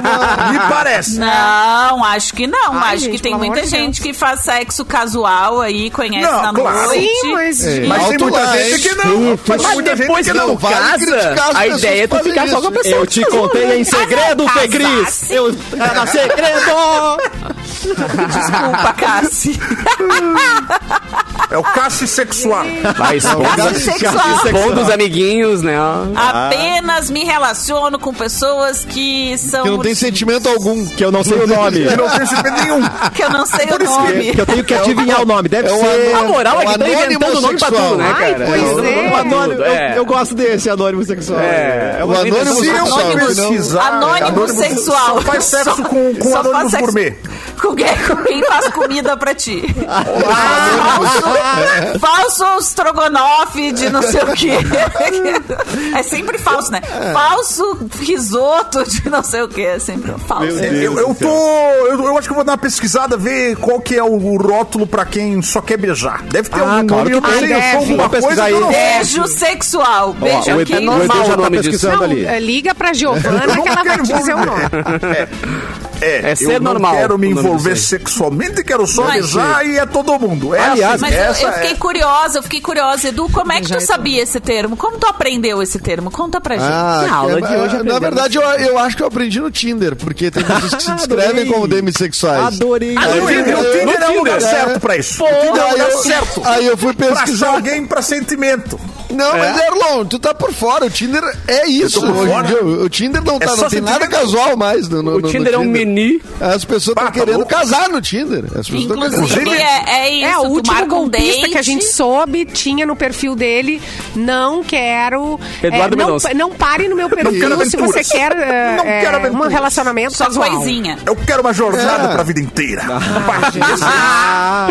Speaker 5: me parece.
Speaker 4: Não, acho que não.
Speaker 3: Ai,
Speaker 4: acho
Speaker 3: gente,
Speaker 4: que tem
Speaker 3: pelo
Speaker 4: muita
Speaker 3: amor de
Speaker 4: gente que faz sexo casual aí, conhece
Speaker 5: Não,
Speaker 4: na
Speaker 5: claro.
Speaker 4: noite.
Speaker 3: Sim, mas.
Speaker 6: É.
Speaker 5: Mas tem
Speaker 6: Alto
Speaker 5: muita
Speaker 6: lá,
Speaker 5: gente
Speaker 6: hein?
Speaker 5: que não. Mas
Speaker 2: Mas
Speaker 5: muita
Speaker 2: depois
Speaker 5: gente
Speaker 2: que
Speaker 5: que
Speaker 2: tu
Speaker 5: não.
Speaker 6: vai
Speaker 2: casa,
Speaker 6: criticar as
Speaker 2: a
Speaker 6: pessoas
Speaker 2: ideia é tu
Speaker 6: que
Speaker 2: ficar
Speaker 6: fazem
Speaker 2: só com a
Speaker 6: isso.
Speaker 2: pessoa.
Speaker 1: Eu te contei em segredo,
Speaker 4: Ah, não,
Speaker 1: Fê Cris!
Speaker 4: casasse.
Speaker 1: Eu... Era segredo!
Speaker 4: Desculpa, Cassi.
Speaker 5: É o casse sexual.
Speaker 2: Vai,
Speaker 1: né?
Speaker 6: Caso
Speaker 4: sexual.
Speaker 2: expondo os amiguinhos, né?
Speaker 1: Ah.
Speaker 4: Apenas me relaciono com pessoas que são.
Speaker 6: Que não tem sentimento algum.
Speaker 1: Que eu não sei o nome.
Speaker 5: Que não tem sentimento nenhum.
Speaker 4: que eu não sei o nome.
Speaker 1: Ah, Que eu tenho que adivinhar É o nome. Deve
Speaker 6: É o
Speaker 1: ser.
Speaker 2: A moral é que tá
Speaker 6: anônimo
Speaker 2: inventando nome pra
Speaker 6: sexual.
Speaker 2: tudo, né,
Speaker 3: Ai,
Speaker 2: cara?
Speaker 3: pois é.
Speaker 1: O anônimo, eu,
Speaker 2: É.
Speaker 1: eu gosto desse anônimo sexual.
Speaker 2: É.
Speaker 1: eu
Speaker 6: O
Speaker 1: gostei desse
Speaker 6: anônimo
Speaker 5: Se eu
Speaker 6: sexual,
Speaker 5: precisar,
Speaker 6: não.
Speaker 4: Anônimo sexual.
Speaker 5: Só faz sexo
Speaker 4: Só-
Speaker 5: com, com
Speaker 4: só
Speaker 5: anônimos
Speaker 4: faz sexo
Speaker 5: gourmet.
Speaker 4: Com quem, com quem faz comida pra ti?
Speaker 1: Ah.
Speaker 4: falso, falso estrogonofe de não sei o quê. É sempre falso, né?
Speaker 1: É.
Speaker 4: Falso risoto de não sei o quê. É sempre falso.
Speaker 5: É, Eu, eu tô. Eu, eu acho que eu vou dar uma pesquisada, ver qual que é o rótulo pra quem só quer beijar. Deve ter algum
Speaker 1: claro
Speaker 5: nome, eu
Speaker 1: que
Speaker 5: não
Speaker 1: tem.
Speaker 5: sei, eu sou
Speaker 1: Deve.
Speaker 5: alguma
Speaker 1: Vamos
Speaker 5: coisa
Speaker 1: pesquisar
Speaker 5: que eu
Speaker 1: aí.
Speaker 5: não-
Speaker 4: Beijo sexual. Beijo
Speaker 1: Ó, o
Speaker 4: aqui.
Speaker 1: Edu, o Edu já
Speaker 2: o
Speaker 1: tá
Speaker 2: nome
Speaker 1: pesquisando
Speaker 3: Não,
Speaker 1: ali.
Speaker 3: liga pra Giovana
Speaker 5: É. *laughs* Eu não
Speaker 3: que ela vai
Speaker 5: quero
Speaker 3: te dizer um- o nome.
Speaker 5: envolver. É,
Speaker 2: É ser
Speaker 5: eu não
Speaker 2: normal,
Speaker 5: quero me
Speaker 2: o nome
Speaker 5: envolver
Speaker 2: disso
Speaker 5: sexualmente, quero só
Speaker 4: Mas-
Speaker 5: beijar e é todo mundo. Essa,
Speaker 1: Aliás,
Speaker 4: Mas eu-
Speaker 5: essa
Speaker 4: eu, fiquei
Speaker 5: é.
Speaker 4: curiosa, eu fiquei curiosa. Edu, como é que tu sabia esse termo? Como tu aprendeu esse termo? Conta pra gente.
Speaker 6: Ah,
Speaker 2: Na aula
Speaker 6: que-
Speaker 2: de hoje
Speaker 6: na
Speaker 2: aprendemos.
Speaker 6: verdade, eu, eu acho que eu aprendi no Tinder, porque tem
Speaker 2: *laughs*
Speaker 6: pessoas que se descrevem
Speaker 1: Adorei.
Speaker 6: como demissexuais.
Speaker 1: Adorei.
Speaker 5: Ah,
Speaker 6: eu-
Speaker 5: O Tinder,
Speaker 2: um
Speaker 5: o
Speaker 6: eu-
Speaker 5: Tinder é o
Speaker 2: no
Speaker 5: lugar
Speaker 2: Tinder,
Speaker 5: certo pra isso. O Tinder é o
Speaker 6: Aí
Speaker 5: lugar
Speaker 3: *laughs*
Speaker 6: eu,
Speaker 3: Ah,
Speaker 5: certo.
Speaker 6: aí eu fui
Speaker 5: Pra achar
Speaker 6: pesquisar.
Speaker 5: alguém pra sentimento.
Speaker 6: Não, mas
Speaker 2: É.
Speaker 6: Erlon, tu tá por fora. O Tinder é isso.
Speaker 5: Eu tô por
Speaker 6: hoje em
Speaker 5: fora?
Speaker 6: dia. O Tinder não,
Speaker 5: É
Speaker 6: tá,
Speaker 5: só
Speaker 6: não
Speaker 5: você
Speaker 6: tem nada
Speaker 5: Tinder.
Speaker 6: casual mais. No, no-
Speaker 2: O
Speaker 6: no- no
Speaker 2: Tinder é um mini.
Speaker 6: As pessoas estão
Speaker 5: Ah, tá
Speaker 6: querendo
Speaker 5: louco.
Speaker 6: casar no Tinder. As pessoas tão
Speaker 4: Inclusive,
Speaker 5: Inclusive-
Speaker 4: é, é isso.
Speaker 3: é, o
Speaker 4: tu
Speaker 3: último
Speaker 4: marca um
Speaker 3: golpista
Speaker 4: date.
Speaker 3: que a gente soube tinha no perfil dele. Não quero.
Speaker 2: Eduardo
Speaker 3: é, não,
Speaker 2: Mendonça.
Speaker 3: não pare no meu perfil
Speaker 5: quero
Speaker 3: se
Speaker 5: aventuras.
Speaker 3: você quer é,
Speaker 5: Não quero
Speaker 3: é, um
Speaker 5: aventuras.
Speaker 3: relacionamento
Speaker 4: Só
Speaker 3: casual.
Speaker 4: coisinha.
Speaker 5: Eu quero uma jornada
Speaker 6: É.
Speaker 5: pra vida inteira.
Speaker 2: ah,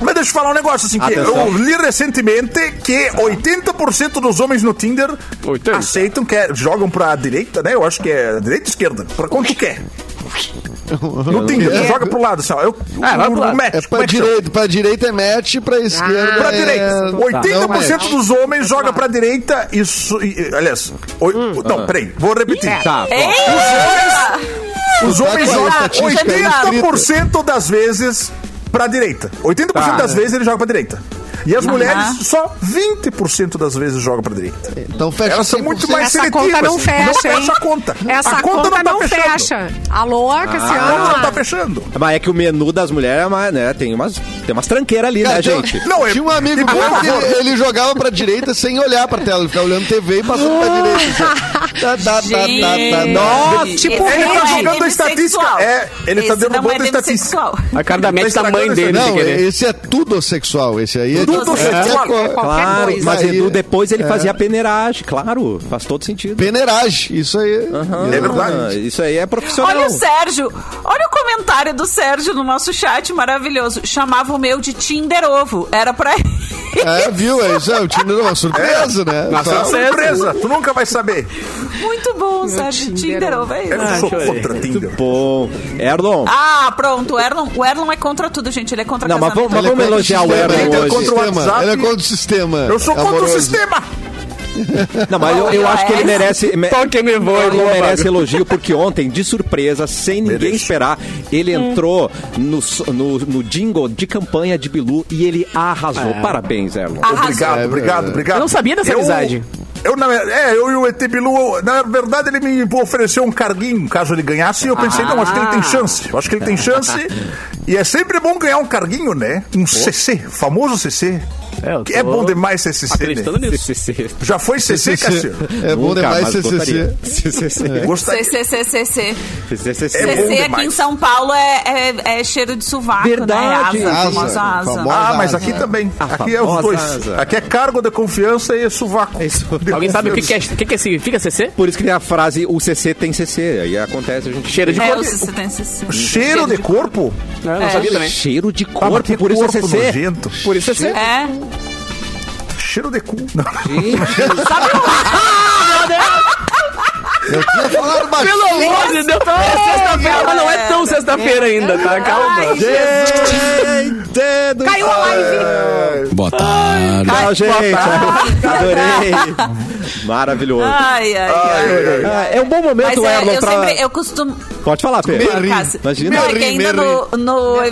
Speaker 5: Mas deixa eu falar um negócio assim, que
Speaker 1: Atenção.
Speaker 5: eu li recentemente que 80% dos homens no Tinder
Speaker 2: 80.
Speaker 5: aceitam, que é- jogam pra direita, né? Eu acho que é direita e esquerda, pra quanto tu
Speaker 2: *laughs*
Speaker 5: quer. No Tinder, tu joga pro lado, assim, ó. Eu,
Speaker 2: É, vai pro lado.
Speaker 5: match,
Speaker 6: É pra
Speaker 5: match.
Speaker 6: direita, pra direita é match, pra esquerda
Speaker 5: Pra
Speaker 6: é...
Speaker 5: direita.
Speaker 6: Não, mas-
Speaker 5: 80% dos homens joga pra direita e. su- e- e- aliás, oi-
Speaker 6: Hum. Ah.
Speaker 5: não, peraí, vou repetir.
Speaker 1: Tá, bom.
Speaker 5: Os homens
Speaker 6: Tá com a
Speaker 5: jogam
Speaker 6: estatística tá aí
Speaker 5: 80% das vezes pra direita. 80%
Speaker 6: Tá,
Speaker 5: das
Speaker 6: né?
Speaker 5: vezes ele joga pra direita. E as mulheres só 20% das vezes jogam pra direita.
Speaker 6: Então fecha
Speaker 5: Elas são
Speaker 6: 100%.
Speaker 5: muito mais
Speaker 3: Tá Essa
Speaker 5: seletivas.
Speaker 3: conta não fecha,
Speaker 5: Não
Speaker 3: hein?
Speaker 5: fecha a conta.
Speaker 3: Essa
Speaker 5: a conta, não, tá fechando.
Speaker 3: fecha. Ah. Alô,
Speaker 5: A conta não
Speaker 3: Cassiano.
Speaker 5: tá fechando.
Speaker 1: Mas é que o menu das mulheres é mais, né? Tem umas, tem umas tranqueiras ali, né,
Speaker 6: Cara, tinha-
Speaker 1: gente?
Speaker 5: Não, é-
Speaker 6: Tinha um amigo
Speaker 5: e por
Speaker 6: meu que
Speaker 5: favor.
Speaker 6: ele, ele jogava pra direita sem olhar pra tela. Ele ficava olhando TV e passando pra
Speaker 5: *laughs*
Speaker 6: direita. assim. Tá, tá, tá, tá, tá.
Speaker 4: Gente.
Speaker 1: Ah,
Speaker 6: Nossa!
Speaker 4: Esse
Speaker 3: tipo,
Speaker 4: não
Speaker 3: ele tá
Speaker 4: é
Speaker 5: jogando
Speaker 4: dele
Speaker 5: estatística.
Speaker 4: sexual.
Speaker 5: É, ele tá
Speaker 4: Esse não
Speaker 5: derrubando
Speaker 4: é dele
Speaker 5: estatística.
Speaker 4: sexual.
Speaker 2: A cara da Matt tá a mãe
Speaker 5: estragando
Speaker 2: dele, sem
Speaker 6: Não,
Speaker 2: querer.
Speaker 6: esse é tudo sexual. Esse aí é
Speaker 5: Tudo
Speaker 6: tipo-
Speaker 5: sexual.
Speaker 6: é co-
Speaker 3: Qualquer
Speaker 1: Claro,
Speaker 3: coisa.
Speaker 1: mas
Speaker 6: Aí-
Speaker 1: Edu, depois ele fazia peneiragem, claro, faz todo
Speaker 6: É
Speaker 1: sentido. Ah,
Speaker 6: Peneiragem, isso aí.
Speaker 5: É verdade.
Speaker 1: Isso aí é profissional.
Speaker 4: Olha o Sérgio. Olha o comentário do Sérgio no nosso chat maravilhoso. Chamava o meu de Tinder ovo. Era pra
Speaker 6: É, viu? É isso é, o Tinder é uma surpresa,
Speaker 5: Essa
Speaker 6: né?
Speaker 5: é uma
Speaker 6: Só-
Speaker 5: surpresa, tu nunca vai saber.
Speaker 4: *laughs* Muito bom, Sérgio.
Speaker 3: Tinder
Speaker 4: Tinder ovo é isso.
Speaker 5: Eu
Speaker 3: Ah,
Speaker 5: sou
Speaker 2: deixa eu ver.
Speaker 5: contra Tinder.
Speaker 1: Bom, Erlon.
Speaker 4: Ah, pronto. O Erlon, o Erlon é contra tudo, gente. Ele é contra
Speaker 1: Não, mas
Speaker 4: casamento.
Speaker 1: vamos- mas vamos elogiar o
Speaker 6: Ele
Speaker 1: Erlon
Speaker 6: é
Speaker 1: hoje.
Speaker 6: contra o
Speaker 5: Sistema.
Speaker 6: WhatsApp. Ele é contra o sistema.
Speaker 5: Eu sou contra o
Speaker 6: amoroso.
Speaker 5: sistema.
Speaker 1: Não, mas eu, eu acho
Speaker 4: é
Speaker 1: que ele merece. me-
Speaker 2: Só quem me voa,
Speaker 1: Ele
Speaker 2: Erlon,
Speaker 1: merece
Speaker 2: mano.
Speaker 1: elogio, porque ontem, de surpresa, sem ninguém
Speaker 5: Merece.
Speaker 1: esperar, ele
Speaker 4: Hum.
Speaker 1: entrou no, so- no, no jingle de campanha de Bilu e ele arrasou. Parabéns, Erlon.
Speaker 4: Arrasou.
Speaker 5: Obrigado, obrigado, obrigado.
Speaker 2: Eu não sabia dessa amizade.
Speaker 5: Eu, na, é, eu e o ET Bilu, na verdade, ele me ofereceu um carguinho, caso ele ganhasse, e eu pensei, não, acho que
Speaker 2: Ah.
Speaker 5: ele tem chance. Eu acho que ele tem chance.
Speaker 2: *laughs*
Speaker 5: e é sempre bom ganhar um carguinho, né? Um CC, famoso CC.
Speaker 2: É, eu
Speaker 5: que é
Speaker 2: tô
Speaker 5: bom demais ser CC,
Speaker 2: Acreditando
Speaker 5: né?
Speaker 2: nisso.
Speaker 5: Já foi CC, Cassio?
Speaker 6: É bom
Speaker 1: Nunca
Speaker 6: demais
Speaker 1: mais
Speaker 6: CCC. *laughs*
Speaker 1: gostaria.
Speaker 2: É.
Speaker 1: CCC.
Speaker 5: Gostaria.
Speaker 4: CCCCC.
Speaker 1: CCC.
Speaker 5: É bom
Speaker 4: CC aqui
Speaker 5: demais.
Speaker 4: em São Paulo é, é- é cheiro de sovaco,
Speaker 1: Verdade.
Speaker 4: né? É asa, famosa
Speaker 6: Asa,
Speaker 4: asa.
Speaker 6: famosa.
Speaker 5: Ah, mas
Speaker 6: Asa.
Speaker 5: aqui também.
Speaker 2: tá.
Speaker 1: A
Speaker 5: aqui é os
Speaker 1: famosa
Speaker 5: dois.
Speaker 1: asa.
Speaker 5: Aqui é cargo de confiança e sovaco.
Speaker 1: É isso.
Speaker 5: De
Speaker 2: Alguém sabe o que, que, é,
Speaker 5: confiança.
Speaker 2: o que, que significa CC?
Speaker 1: Por isso que tem a frase, o CC tem CC. Aí acontece, a gente...
Speaker 2: Cheiro de
Speaker 4: É,
Speaker 2: corpo.
Speaker 4: o CCCCC.
Speaker 5: Cheiro de corpo?
Speaker 2: Não, eu não sabia também.
Speaker 1: Cheiro de
Speaker 5: Ah, mas
Speaker 1: corpo,
Speaker 5: que
Speaker 1: por isso é
Speaker 5: corpo
Speaker 1: CC.
Speaker 5: nojento.
Speaker 1: Por isso é CC.
Speaker 4: É.
Speaker 5: Cheiro de cu. Não.
Speaker 6: Eu tinha falado
Speaker 2: Pelo
Speaker 6: baixinho.
Speaker 2: amor de Deus, é sexta-feira, mas não é tão sexta-feira ainda, tá? Calma.
Speaker 1: Gente do
Speaker 3: Caiu a live.
Speaker 9: Boa tarde.
Speaker 1: Tchau, gente. Adorei. Maravilhoso.
Speaker 4: Ai, ai, ai.
Speaker 1: Ah, é um bom
Speaker 4: Mas
Speaker 1: momento,
Speaker 4: é,
Speaker 1: Erlon,
Speaker 4: eu
Speaker 1: pra...
Speaker 4: sempre, eu costumo...
Speaker 1: Pode falar, Pê.
Speaker 6: Merri.
Speaker 4: Cássio.
Speaker 1: Imagina.
Speaker 4: Não, é
Speaker 6: Merri,
Speaker 4: que ainda
Speaker 6: merri.
Speaker 4: no, no,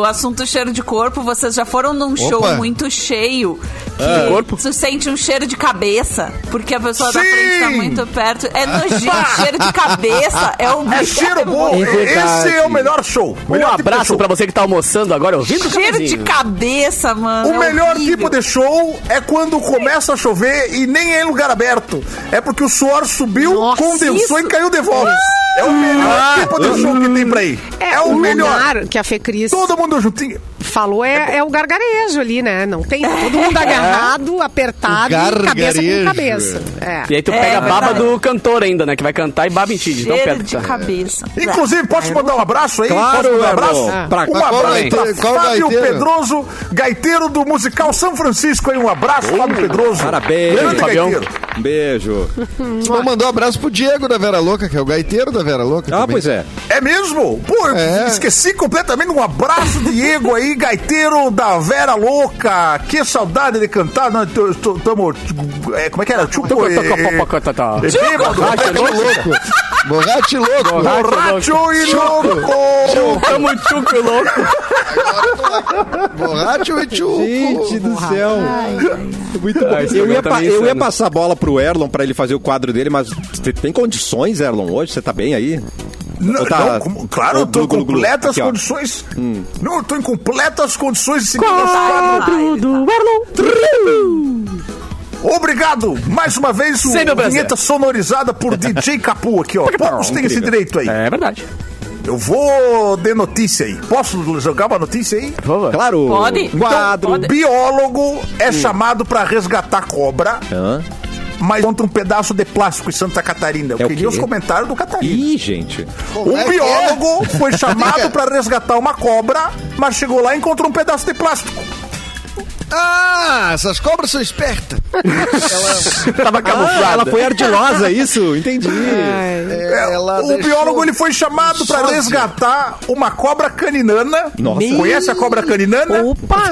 Speaker 4: no assunto cheiro de corpo, vocês já foram num show muito cheio que
Speaker 5: Ah.
Speaker 4: você sente um cheiro de cabeça, porque a pessoa da
Speaker 5: Sim!
Speaker 4: frente tá muito perto. É nojento,
Speaker 5: *laughs*
Speaker 4: cheiro de cabeça. É um
Speaker 5: É cheiro
Speaker 4: *laughs*
Speaker 5: bom.
Speaker 1: É verdade.
Speaker 5: Esse é o melhor show.
Speaker 2: Um
Speaker 5: Melhor tipo de
Speaker 2: abraço
Speaker 5: show.
Speaker 2: pra você que tá almoçando agora ouvindo o
Speaker 4: Cheiro de
Speaker 2: cafezinho.
Speaker 4: cabeça, mano.
Speaker 5: O
Speaker 4: é
Speaker 5: melhor
Speaker 4: horrível.
Speaker 5: tipo de show é quando começa a chover e nem é em lugar aberto. É porque o suor subiu,
Speaker 3: Nossa,
Speaker 5: condensou
Speaker 4: isso.
Speaker 5: e caiu de volta. É o melhor tipo de show que tem pra ir. É,
Speaker 3: É,
Speaker 5: o
Speaker 4: um
Speaker 3: o
Speaker 5: melhor.
Speaker 3: lunar que a Fê Cris
Speaker 5: Todo mundo juntinho.
Speaker 3: falou é, é o gargarejo ali, né? Não tem
Speaker 1: *laughs*
Speaker 3: todo mundo agarrado, apertado,
Speaker 6: O
Speaker 3: cabeça com
Speaker 6: gargarejo.
Speaker 3: cabeça. É.
Speaker 2: E aí tu pega a baba
Speaker 4: verdade.
Speaker 2: do cantor ainda, né? Que vai cantar e baba em ti, de tão
Speaker 4: Cheiro
Speaker 2: perto.
Speaker 5: né?
Speaker 4: de
Speaker 2: que tá.
Speaker 4: cabeça.
Speaker 5: Inclusive,
Speaker 4: É.
Speaker 5: posso mandar um abraço aí?
Speaker 1: Claro,
Speaker 5: posso mandar um abraço?
Speaker 1: Erlon. Pra-
Speaker 5: Um
Speaker 6: pra qual
Speaker 5: abraço
Speaker 6: gaiteiro?
Speaker 5: pra
Speaker 6: Qual
Speaker 5: Fábio
Speaker 6: gaiteiro?
Speaker 5: Pedroso, gaiteiro do musical São Francisco. Aí um abraço, Fábio Pedroso.
Speaker 1: Parabéns,
Speaker 5: Grande
Speaker 2: Fabião.
Speaker 5: gaiteiro.
Speaker 1: Um beijo.
Speaker 6: Então mandou um abraço pro Diego da Vera Louca, que é o gaiteiro da Vera Louca.
Speaker 1: Ah,
Speaker 6: também.
Speaker 1: pois é.
Speaker 5: É mesmo? Pô, eu
Speaker 6: É.
Speaker 5: esqueci completamente. Um abraço, Diego aí, gaiteiro da Vera Louca. Que saudade de cantar. Nós t- t- tamo. é, como é que era? Chupo.
Speaker 2: Tucu,
Speaker 5: e-
Speaker 2: tucu, popoca, tá, tá.
Speaker 5: e bêbado,
Speaker 2: Borracha,
Speaker 6: Tô louco. Borrate louco.
Speaker 2: Borracha.
Speaker 5: Borracho e louco.
Speaker 2: Tamo tchuco louco.
Speaker 6: Borrate o
Speaker 1: Gente
Speaker 6: tchuco.
Speaker 1: do céu. Muito bom.
Speaker 2: Ah, esse
Speaker 1: eu,
Speaker 2: programa
Speaker 1: ia
Speaker 2: tá
Speaker 1: pa-
Speaker 2: meio
Speaker 1: eu ia
Speaker 2: insano.
Speaker 1: passar a bola pro Erlon pra ele fazer o quadro dele, mas você tem condições, Erlon, hoje? Você tá bem aí?
Speaker 5: Não,
Speaker 1: Ou tá-
Speaker 5: não, como- claro, eu tô em
Speaker 1: Glu, glu, glu.
Speaker 5: completas
Speaker 1: Aqui, ó. Hum.
Speaker 5: condições. Não, eu tô em completas condições de seguir meus quadros.
Speaker 2: Quadro do Erlon.
Speaker 5: Obrigado mais uma vez, o-
Speaker 2: Sempre um prazer.
Speaker 5: vinheta
Speaker 1: *laughs*
Speaker 5: sonorizada por DJ Capu aqui,
Speaker 1: Tá
Speaker 5: ó. Poucos têm esse direito aí.
Speaker 2: É verdade.
Speaker 5: Eu vou de notícia aí. Posso jogar uma notícia aí?
Speaker 1: Claro.
Speaker 4: Pode? Então,
Speaker 7: Então
Speaker 1: Quadro.
Speaker 4: Pode.
Speaker 5: Biólogo é chamado pra resgatar cobra,
Speaker 1: Hã?
Speaker 5: mas contra um pedaço de plástico em Santa Catarina. Eu
Speaker 1: É o
Speaker 5: queria
Speaker 1: quê?
Speaker 5: os comentários do Catarina.
Speaker 1: Ih, gente.
Speaker 6: Como é
Speaker 5: Um
Speaker 6: que
Speaker 5: biólogo foi
Speaker 6: *laughs*
Speaker 5: chamado pra resgatar uma cobra, mas chegou lá e encontrou um pedaço de
Speaker 2: *laughs*
Speaker 5: plástico.
Speaker 6: Ah, essas cobras são espertas.
Speaker 1: Tava camuflada. Ah, ela foi ardilosa, isso? Entendi.
Speaker 5: É,
Speaker 6: Ela
Speaker 5: o
Speaker 6: deixou-
Speaker 5: biólogo ele foi chamado pra
Speaker 6: sósia.
Speaker 5: resgatar uma cobra caninana.
Speaker 1: Nossa.
Speaker 5: Conhece a cobra caninana?
Speaker 3: Opa!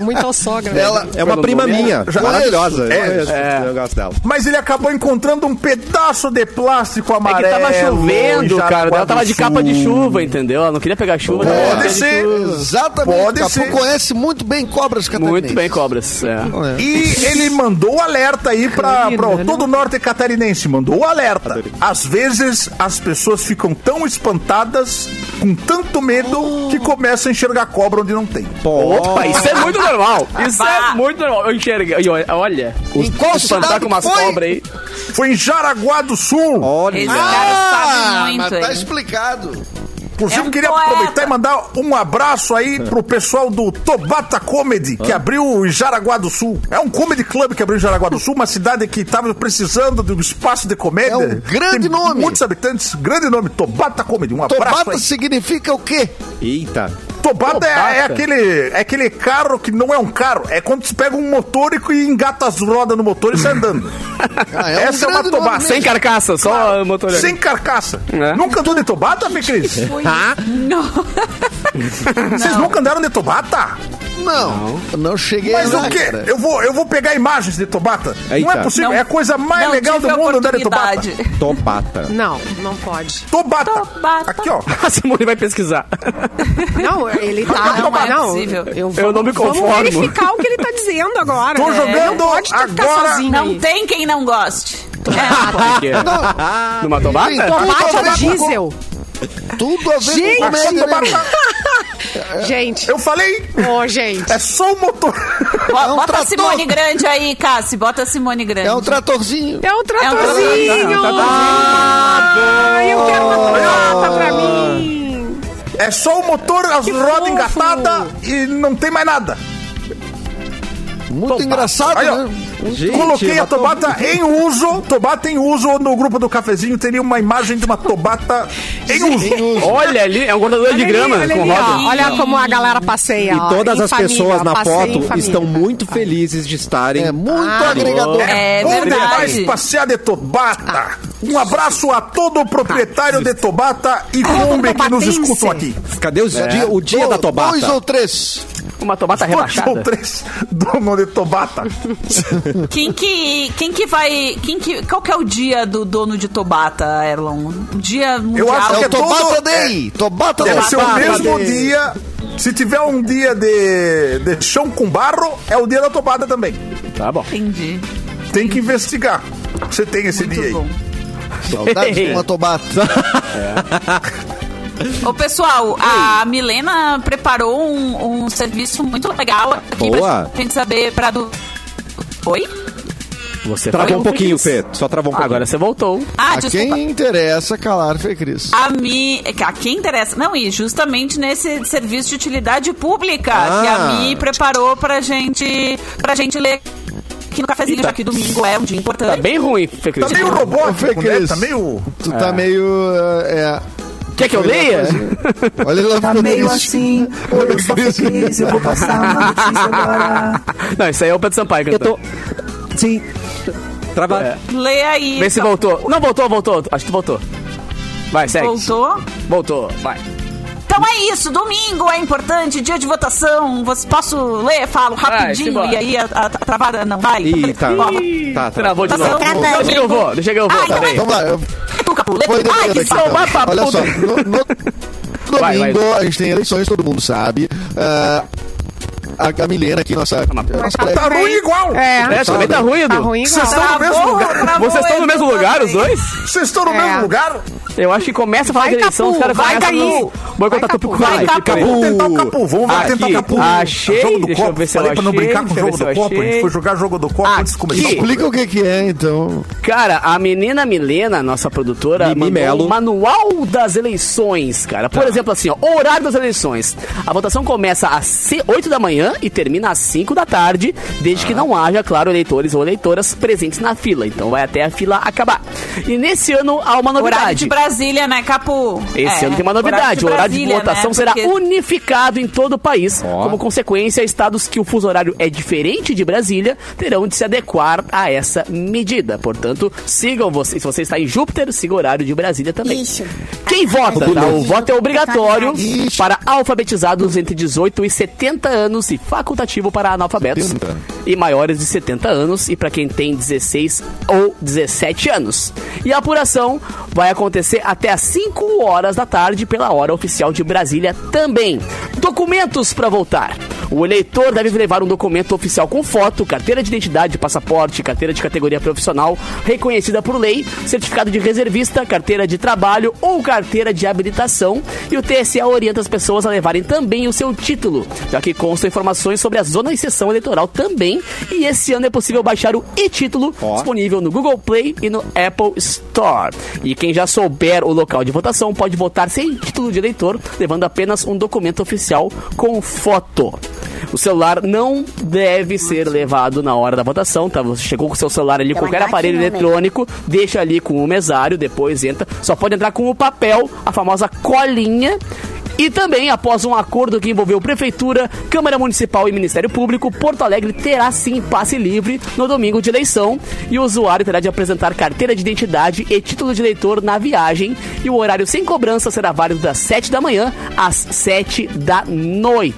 Speaker 3: Muito ao sogra.
Speaker 6: Ela,
Speaker 1: É uma prima minha.
Speaker 5: Já-
Speaker 1: maravilhosa.
Speaker 5: É.
Speaker 1: Eu conheço, Eu gosto dela.
Speaker 5: Mas ele acabou encontrando um pedaço de plástico
Speaker 2: É que
Speaker 5: amarelo.
Speaker 2: tava chovendo,
Speaker 5: em
Speaker 2: cara. Ela
Speaker 5: Jaraguá
Speaker 2: tava
Speaker 5: do
Speaker 2: de capa de
Speaker 5: Sul.
Speaker 2: chuva, entendeu? Ela não queria pegar chuva. né? tava de
Speaker 5: Pode
Speaker 2: capa de
Speaker 5: ser.
Speaker 2: chuva.
Speaker 6: exatamente.
Speaker 5: Pode
Speaker 6: Capu
Speaker 5: ser.
Speaker 6: conhece muito bem cobras catarinenses.
Speaker 2: Muito bem, cobras. É.
Speaker 5: E ele mandou o alerta aí pra, pra todo o norte catarinense. Mandou o alerta. Às vezes as pessoas ficam tão espantadas, com tanto medo, que começam a enxergar cobra onde não tem.
Speaker 2: Opa, isso é muito normal. Isso é
Speaker 4: Bah.
Speaker 2: muito normal. Eu enxergo. E olha, olha.
Speaker 6: Em qual
Speaker 2: Espantar
Speaker 6: cidade
Speaker 2: com umas
Speaker 6: foi?
Speaker 2: cobras aí.
Speaker 5: Foi em Jaraguá do Sul.
Speaker 4: Esse
Speaker 1: Olha.
Speaker 4: cara
Speaker 6: Ah,
Speaker 4: sabe muito,
Speaker 6: mas tá
Speaker 4: hein?
Speaker 6: explicado.
Speaker 5: Inclusive,
Speaker 4: É um
Speaker 5: queria
Speaker 4: poeta.
Speaker 5: aproveitar e mandar um abraço aí pro pessoal do Tobata Comedy, que abriu em Jaraguá do Sul. É um comedy club que abriu em Jaraguá do Sul, uma cidade que tava precisando de um espaço de comédia.
Speaker 6: É um grande
Speaker 5: Tem
Speaker 6: nome.
Speaker 5: Muitos habitantes, grande nome, Tobata Comedy. Um abraço
Speaker 6: Tobata
Speaker 5: aí.
Speaker 6: significa o quê?
Speaker 1: Eita.
Speaker 5: Tobata, É,
Speaker 2: Tobata.
Speaker 5: é aquele, é aquele carro que não é um carro. É quando você pega um motor e e engata as rodas no motor e sai andando.
Speaker 6: Ah, um
Speaker 5: Essa é uma
Speaker 6: grande nome
Speaker 5: Tobata.
Speaker 6: mesmo.
Speaker 2: Sem carcaça, *laughs* só motor. *laughs*
Speaker 5: Sem carcaça.
Speaker 2: É.
Speaker 5: Nunca andou de Tobata, Fê Cris? *laughs* Vocês nunca andaram de Tobata?
Speaker 6: Não, eu não cheguei
Speaker 5: Mas
Speaker 6: lá,
Speaker 5: o quê?
Speaker 6: É cara.
Speaker 5: Eu vou, eu vou pegar imagens de Tobata. Não
Speaker 1: Eita.
Speaker 5: é possível.
Speaker 4: Não-
Speaker 5: é a coisa mais
Speaker 4: não
Speaker 5: legal
Speaker 4: tive
Speaker 5: do
Speaker 4: a
Speaker 5: mundo andar de Tobata.
Speaker 4: oportunidade.
Speaker 1: Topata.
Speaker 3: Não, não pode.
Speaker 5: Tobata.
Speaker 4: Tobata.
Speaker 5: Aqui, ó.
Speaker 2: A Simone vai pesquisar.
Speaker 3: Não, ele tá.
Speaker 4: Não é
Speaker 3: não,
Speaker 4: possível.
Speaker 3: eu,
Speaker 2: Eu não me
Speaker 3: Vamos
Speaker 2: conformo.
Speaker 3: verificar o que ele tá dizendo agora.
Speaker 5: Tô
Speaker 3: É,
Speaker 5: jogando
Speaker 3: não pode
Speaker 4: Tá
Speaker 3: tu ficar
Speaker 5: agora.
Speaker 3: sozinho.
Speaker 4: Não
Speaker 3: Não
Speaker 4: tem quem não goste. Tá
Speaker 2: Porque... Numa tomada?
Speaker 6: Sim,
Speaker 3: Tomate
Speaker 6: Tudo a
Speaker 3: ao
Speaker 6: ver com-
Speaker 3: diesel.
Speaker 6: Tudo a ver
Speaker 3: Gente.
Speaker 6: com comédia, né? meu?
Speaker 3: Gente,
Speaker 5: Eu falei.
Speaker 3: ô, gente.
Speaker 5: É só o motor.
Speaker 4: Bo-
Speaker 6: um
Speaker 4: bota a
Speaker 6: trator.
Speaker 4: Simone Grande aí, Cassi. Bota a Simone Grande.
Speaker 6: É um tratorzinho.
Speaker 3: É um tratorzinho. Ai, eu quero uma prata pra mim.
Speaker 5: É só o motor, as rodas
Speaker 3: fofo.
Speaker 5: engatadas e não tem mais nada.
Speaker 6: Muito engraçado,
Speaker 5: Aí, ó.
Speaker 6: né?
Speaker 1: Gente,
Speaker 5: Coloquei a
Speaker 1: uma to-
Speaker 5: Tobata em uso. Tobata em uso no grupo do cafezinho. Teria uma imagem de uma Tobata em uso.
Speaker 2: Olha ali, é um cortador de
Speaker 3: Olha ali,
Speaker 2: grama
Speaker 3: olha
Speaker 2: com
Speaker 3: ali, ó.
Speaker 2: roda.
Speaker 3: Olha como a galera passeia.
Speaker 1: E
Speaker 3: ó,
Speaker 1: todas
Speaker 3: em
Speaker 1: as
Speaker 3: família,
Speaker 1: pessoas na
Speaker 3: passeia em
Speaker 1: foto
Speaker 3: família.
Speaker 1: estão muito felizes de estarem.
Speaker 6: É muito agregador.
Speaker 4: É
Speaker 5: Bom demais
Speaker 4: verdade.
Speaker 5: passear de Tobata. Um abraço a todo o proprietário de Tobata e Kombi que nos
Speaker 3: tobatense.
Speaker 5: escutam aqui.
Speaker 1: Cadê os dia- o dia
Speaker 6: Do-
Speaker 1: da Tobata?
Speaker 6: Dois ou três.
Speaker 2: Uma tomada
Speaker 5: Dois ou
Speaker 2: Tá rebaixada.
Speaker 5: três dono de Tobata.
Speaker 4: Quem que, quem que vai... Quem que, qual que é o dia do dono de Tobata, Erlon? O dia mundial.
Speaker 5: acho
Speaker 6: É
Speaker 5: que
Speaker 6: o Tobata
Speaker 5: todo-
Speaker 6: Day. Tobata Day.
Speaker 5: Deve ser um o
Speaker 1: Tobata
Speaker 5: mesmo
Speaker 1: dele.
Speaker 5: dia. Se tiver um dia de, de chão com barro, é o dia da Tobata também.
Speaker 2: Tá bom.
Speaker 4: Entendi.
Speaker 5: Tem que investigar. Você tem esse dia
Speaker 4: Muito
Speaker 5: aí.
Speaker 4: bom.
Speaker 6: Saudades de uma Tobata.
Speaker 4: Ô, pessoal, a Milena preparou um, um serviço muito legal aqui
Speaker 1: Boa.
Speaker 4: pra gente saber pra do... Oi?
Speaker 2: Você
Speaker 1: Travou
Speaker 2: falou
Speaker 1: um pouquinho,
Speaker 2: isso.
Speaker 1: Fê. Só travou um pouquinho.
Speaker 2: Agora você voltou.
Speaker 4: Ah,
Speaker 6: A
Speaker 4: desculpa.
Speaker 6: quem interessa calar, Fê Cris.
Speaker 4: A Mi, a quem interessa? Não, e justamente nesse serviço de utilidade pública
Speaker 1: Ah.
Speaker 4: que a Mi preparou pra gente, pra gente ler aqui no cafezinho,
Speaker 2: Eita.
Speaker 4: já que domingo é um dia
Speaker 2: Tá
Speaker 4: importante.
Speaker 2: bem ruim, Fê Cris.
Speaker 5: Tá meio
Speaker 6: Fê
Speaker 5: robótico,
Speaker 2: é
Speaker 5: né?
Speaker 6: Cris.
Speaker 5: Tá meio...
Speaker 6: Tu tá meio... uh, é,
Speaker 2: Quer que eu leia? *laughs*
Speaker 6: Olha lá
Speaker 9: Tá
Speaker 6: ficou
Speaker 9: meio
Speaker 6: triste.
Speaker 9: assim, olha eu sou feliz, eu vou passar uma notícia
Speaker 2: Ah,
Speaker 9: agora.
Speaker 2: Não, isso aí é o Pedro Sampaio
Speaker 1: Eu
Speaker 2: cantando.
Speaker 1: tô. Sim. Trava.
Speaker 2: É.
Speaker 4: Lê aí.
Speaker 2: Vê se
Speaker 4: então.
Speaker 2: voltou. Não, voltou, voltou. Acho que tu voltou. Vai, segue.
Speaker 4: Voltou?
Speaker 2: Voltou, vai.
Speaker 4: Então é isso, domingo é importante, dia de votação. Você, posso ler? Falo rapidinho
Speaker 2: simbora.
Speaker 4: e aí a, a- a travada não vai.
Speaker 1: Ih, tá.
Speaker 4: Ó,
Speaker 1: Tá, tá.
Speaker 2: Travou de
Speaker 4: Tá
Speaker 2: novo.
Speaker 4: travando.
Speaker 2: Deixa que eu vou, deixa que eu vou.
Speaker 4: Ah, então
Speaker 2: peraí.
Speaker 6: Vamos lá, eu
Speaker 4: lê tu, Capu, lê tu.
Speaker 6: vou entender
Speaker 4: Ai, que
Speaker 6: daqui,
Speaker 4: sal-
Speaker 2: salvar pra
Speaker 6: cara. tá? Olha
Speaker 2: puta.
Speaker 6: só, no, no-
Speaker 2: Vai, vai.
Speaker 6: domingo a gente tem eleições, todo mundo sabe. Ah, a, a Milena aqui, nossa. nossa colega.
Speaker 5: Tá ruim igual.
Speaker 2: É, também tá ruim,
Speaker 3: Tá
Speaker 2: Edu.
Speaker 3: ruim
Speaker 5: Vocês
Speaker 3: igual.
Speaker 5: estão no mesmo
Speaker 4: bom,
Speaker 5: lugar?
Speaker 4: tá bom,
Speaker 2: Vocês estão no
Speaker 4: Edu,
Speaker 2: mesmo lugar, os
Speaker 4: também.
Speaker 2: dois?
Speaker 5: Vocês estão no
Speaker 3: É.
Speaker 5: mesmo lugar?
Speaker 2: Eu acho que começa a falar
Speaker 3: Vai,
Speaker 2: de eleição,
Speaker 3: Capu,
Speaker 2: os caras
Speaker 3: vai,
Speaker 2: começam
Speaker 3: Caí.
Speaker 2: no boicotar
Speaker 3: Vai,
Speaker 2: tudo por
Speaker 3: Capu.
Speaker 2: causa.
Speaker 3: Vai,
Speaker 2: Fica aí.
Speaker 5: Vamos tentar o capu, vamos
Speaker 2: Aqui,
Speaker 5: tentar o capu.
Speaker 2: achei,
Speaker 5: jogo do
Speaker 2: deixa eu
Speaker 5: copo.
Speaker 2: ver se eu
Speaker 5: Falei pra não
Speaker 2: achei,
Speaker 5: brincar com o
Speaker 2: deixa eu
Speaker 5: jogo
Speaker 2: ver
Speaker 5: do
Speaker 2: se eu
Speaker 5: copo. A gente
Speaker 2: achei.
Speaker 5: foi jogar jogo do copo antes de começar.
Speaker 2: Aqui.
Speaker 5: o
Speaker 6: Explica o que que é, então.
Speaker 2: Cara, a menina Milena, nossa produtora,
Speaker 1: Mimi
Speaker 2: mandou
Speaker 1: Melo. Tá.
Speaker 2: um manual das eleições, cara. Por exemplo, assim, ó, horário das eleições. A votação começa às ce- 8 da manhã e termina às 5 da tarde, desde
Speaker 1: Tá.
Speaker 2: que não haja, claro, eleitores ou eleitoras presentes na fila. Então vai até a fila acabar. E nesse ano há uma
Speaker 4: Horário
Speaker 2: novidade.
Speaker 4: de Brasília, né, Capu?
Speaker 2: Esse
Speaker 4: É,
Speaker 2: ano tem uma novidade. o horário de
Speaker 4: Brasília,
Speaker 2: votação
Speaker 4: né,
Speaker 2: será
Speaker 4: porque-
Speaker 2: unificado em todo o país. Como consequência, estados que o fuso horário é diferente de Brasília terão de se adequar a essa medida. Portanto, sigam vocês. Se você está em Júpiter, siga o horário de Brasília também.
Speaker 7: Isso.
Speaker 2: Quem vota? tá? O voto é obrigatório para alfabetizados entre 18 e 70 anos e facultativo para analfabetos
Speaker 6: 70.
Speaker 2: e maiores de 70 anos e para quem tem 16 ou 17 anos. E a apuração vai acontecer até às 5 horas da tarde pela hora oficial de Brasília também. Documentos para voltar. O eleitor deve levar um documento oficial com foto, carteira de identidade, passaporte, carteira de categoria profissional reconhecida por lei, certificado de reservista, carteira de trabalho ou carteira de habilitação. E o TSE orienta as pessoas a levarem também o seu título, já que constam informações sobre a zona e sessão eleitoral também. E esse ano é possível baixar o e-título disponível no Google Play e no Apple Store. E quem já souber o local de votação pode votar sem título de eleitor, levando apenas um documento oficial com foto. O celular não deve ser levado na hora da votação, tá? Você chegou com o seu celular ali, qualquer
Speaker 7: ataque,
Speaker 2: aparelho
Speaker 7: né,
Speaker 2: eletrônico, deixa ali com o mesário, depois entra. Só pode entrar com o papel, a famosa colinha. E também, após um acordo que envolveu Prefeitura, Câmara Municipal e Ministério Público, Porto Alegre terá sim passe livre no domingo de eleição. E o usuário terá de apresentar carteira de identidade e título de eleitor na viagem. E o horário sem cobrança será válido das 7 da manhã às 7 da noite.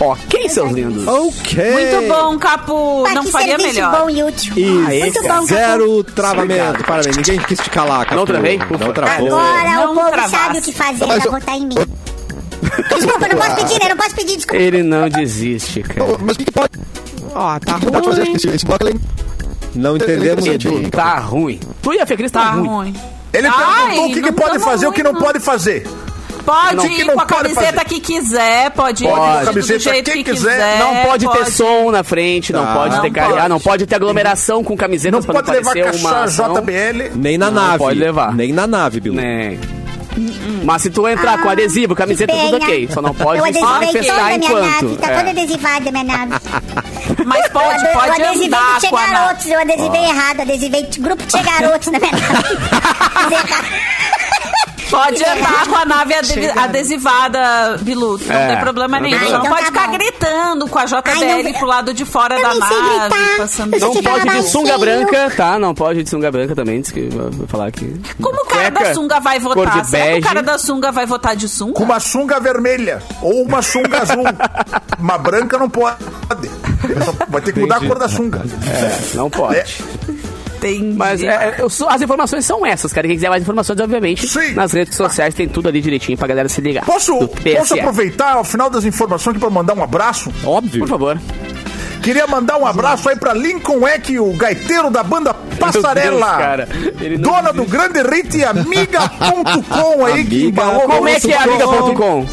Speaker 2: Ok, seus lindos?
Speaker 1: Ok.
Speaker 4: Muito bom, Capu.
Speaker 7: Pá,
Speaker 4: não
Speaker 7: Tá que
Speaker 4: faria
Speaker 7: serviço
Speaker 4: melhor.
Speaker 7: bom e útil.
Speaker 1: Isso.
Speaker 7: Muito bom, Capu.
Speaker 1: Zero travamento. Parabéns. Ninguém quis te calar, Capu.
Speaker 2: Não travei?
Speaker 1: Não
Speaker 2: Ufa.
Speaker 1: travou.
Speaker 7: Agora
Speaker 4: Não
Speaker 7: o povo
Speaker 4: travasse.
Speaker 7: sabe o que fazer
Speaker 6: Mas
Speaker 7: pra
Speaker 6: eu-
Speaker 7: votar em mim. Desculpa, eu não posso pedir, né? Eu Não posso pedir, desculpa.
Speaker 2: Ele não desiste, cara.
Speaker 6: Ô, Mas o que, que pode,
Speaker 3: Ó, tá
Speaker 6: pode fazer
Speaker 3: ruim.
Speaker 6: esse, esse bloco? é
Speaker 1: Não entendemos.
Speaker 6: Edu,
Speaker 1: nada.
Speaker 2: Tá ruim. Tu e a Fecris tá,
Speaker 4: Tá
Speaker 2: ruim.
Speaker 4: ruim.
Speaker 5: Ele
Speaker 4: Ai,
Speaker 5: perguntou o que, que
Speaker 4: não
Speaker 5: pode
Speaker 4: tamo
Speaker 5: fazer e o que não
Speaker 4: ruim,
Speaker 5: pode fazer.
Speaker 4: Pode
Speaker 5: Não, que
Speaker 4: ir
Speaker 5: não
Speaker 4: com a
Speaker 5: pode
Speaker 4: camiseta
Speaker 5: fazer.
Speaker 4: que quiser, pode,
Speaker 2: Pode.
Speaker 4: ir do
Speaker 5: Camiseta
Speaker 4: jeito
Speaker 5: que
Speaker 4: que
Speaker 5: quiser.
Speaker 4: quiser.
Speaker 2: Não pode, ter som na frente, não pode
Speaker 4: É, Não
Speaker 2: ter car...
Speaker 4: pode.
Speaker 2: Ah, não pode ter aglomeração com
Speaker 5: Não
Speaker 2: camisetas pra
Speaker 5: pode levar
Speaker 2: parecer uma
Speaker 5: cachaça
Speaker 2: ação.
Speaker 5: JBL.
Speaker 1: Nem na
Speaker 2: Não,
Speaker 1: nave.
Speaker 2: pode levar.
Speaker 1: Nem na nave, Bilu.
Speaker 2: Né. Mas se tu entrar com adesivo, camiseta,
Speaker 7: Hum, Ah, que
Speaker 2: tudo
Speaker 7: pena.
Speaker 2: ok. Só não
Speaker 7: Eu
Speaker 2: pode se
Speaker 7: adesivei toda
Speaker 2: manifestar
Speaker 7: a minha nave,
Speaker 2: enquanto.
Speaker 7: tá
Speaker 2: É.
Speaker 7: toda adesivada a minha nave.
Speaker 4: Mas pode,
Speaker 7: eu, ade-
Speaker 4: pode
Speaker 7: eu adesivei
Speaker 4: andar
Speaker 7: Tia
Speaker 4: com a nave.
Speaker 7: Garotos, eu adesivei errado, adesivei t- grupo Tia
Speaker 4: *laughs*
Speaker 7: Garotos na minha nave. né?
Speaker 4: Pode andar com a nave ade- adesivada, Bilu. Não
Speaker 2: É.
Speaker 4: tem problema nenhum.
Speaker 7: Ah,
Speaker 4: não
Speaker 7: então
Speaker 4: pode
Speaker 7: tá
Speaker 4: ficar
Speaker 7: bom.
Speaker 4: gritando com a
Speaker 7: Ai,
Speaker 4: JBL
Speaker 7: não-
Speaker 4: pro lado de fora da
Speaker 7: nem sei
Speaker 4: nave.
Speaker 7: gritar.
Speaker 4: Passando...
Speaker 7: Eu
Speaker 2: Não
Speaker 7: Você
Speaker 2: pode
Speaker 7: fala
Speaker 2: de sunga
Speaker 7: tá baixinho.
Speaker 2: branca, tá? Não pode de sunga branca também, disse que vou falar aqui.
Speaker 4: Como o cara da
Speaker 2: Cueca,
Speaker 4: sunga vai
Speaker 2: Cor
Speaker 4: votar?
Speaker 2: de
Speaker 4: Será que
Speaker 2: bege.
Speaker 4: o cara da sunga vai votar de
Speaker 5: Com
Speaker 4: sunga?
Speaker 5: uma sunga vermelha ou
Speaker 2: *laughs*
Speaker 5: uma sunga azul. uma branca não pode. Vai ter que mudar a cor da sunga.
Speaker 2: Não pode.
Speaker 5: É.
Speaker 4: Entendi.
Speaker 2: Mas é, é, eu sou- as informações são essas, cara. Quem quiser mais informações, obviamente,
Speaker 5: Sim.
Speaker 2: nas redes sociais tem tudo ali direitinho pra galera se ligar.
Speaker 5: Posso,
Speaker 2: Do TSE.
Speaker 5: posso aproveitar o final das informações aqui para mandar um abraço?
Speaker 1: Óbvio.
Speaker 2: Por favor.
Speaker 5: Queria mandar um abraço aí pra Lincoln Eck, o gaiteiro da banda Passarela.
Speaker 2: Deus, cara. Ele não
Speaker 5: Dona do grande rite
Speaker 2: *laughs*
Speaker 5: amiga.com aí que
Speaker 1: Amiga
Speaker 5: embalou
Speaker 2: Como é
Speaker 5: nosso
Speaker 2: que é
Speaker 5: som.
Speaker 2: amiga.com?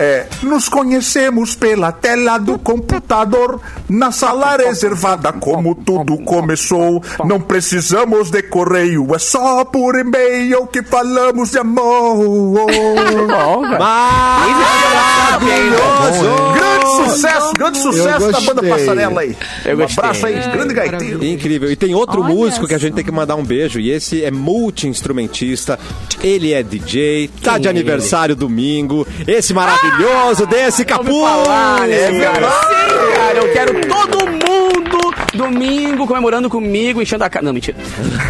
Speaker 5: É, nos conhecemos pela tela do computador, na sala reservada, como tudo começou. Não precisamos de correio, é só por e-mail que falamos
Speaker 2: *laughs*
Speaker 5: de amor.
Speaker 2: Bom, cara.
Speaker 1: Ah,
Speaker 5: grande sucesso, grande sucesso da banda
Speaker 6: gostei.
Speaker 5: Passarela aí.
Speaker 2: Eu
Speaker 5: um abraço
Speaker 2: gostei.
Speaker 5: aí, grande gaiteiro.
Speaker 1: Incrível. E tem outro
Speaker 4: Olha
Speaker 1: músico que a
Speaker 4: só.
Speaker 1: gente tem que mandar um beijo. E esse é multi-instrumentista. Ele é DJ. Tá de aniversário domingo. Esse maravilhoso desse
Speaker 2: Ouvi
Speaker 1: Capu.
Speaker 2: Ah, falar, né,
Speaker 1: É
Speaker 2: cara?
Speaker 1: verdade.
Speaker 2: Sim, cara, eu quero todo mundo domingo comemorando comigo, enchendo a cara. Não, mentira.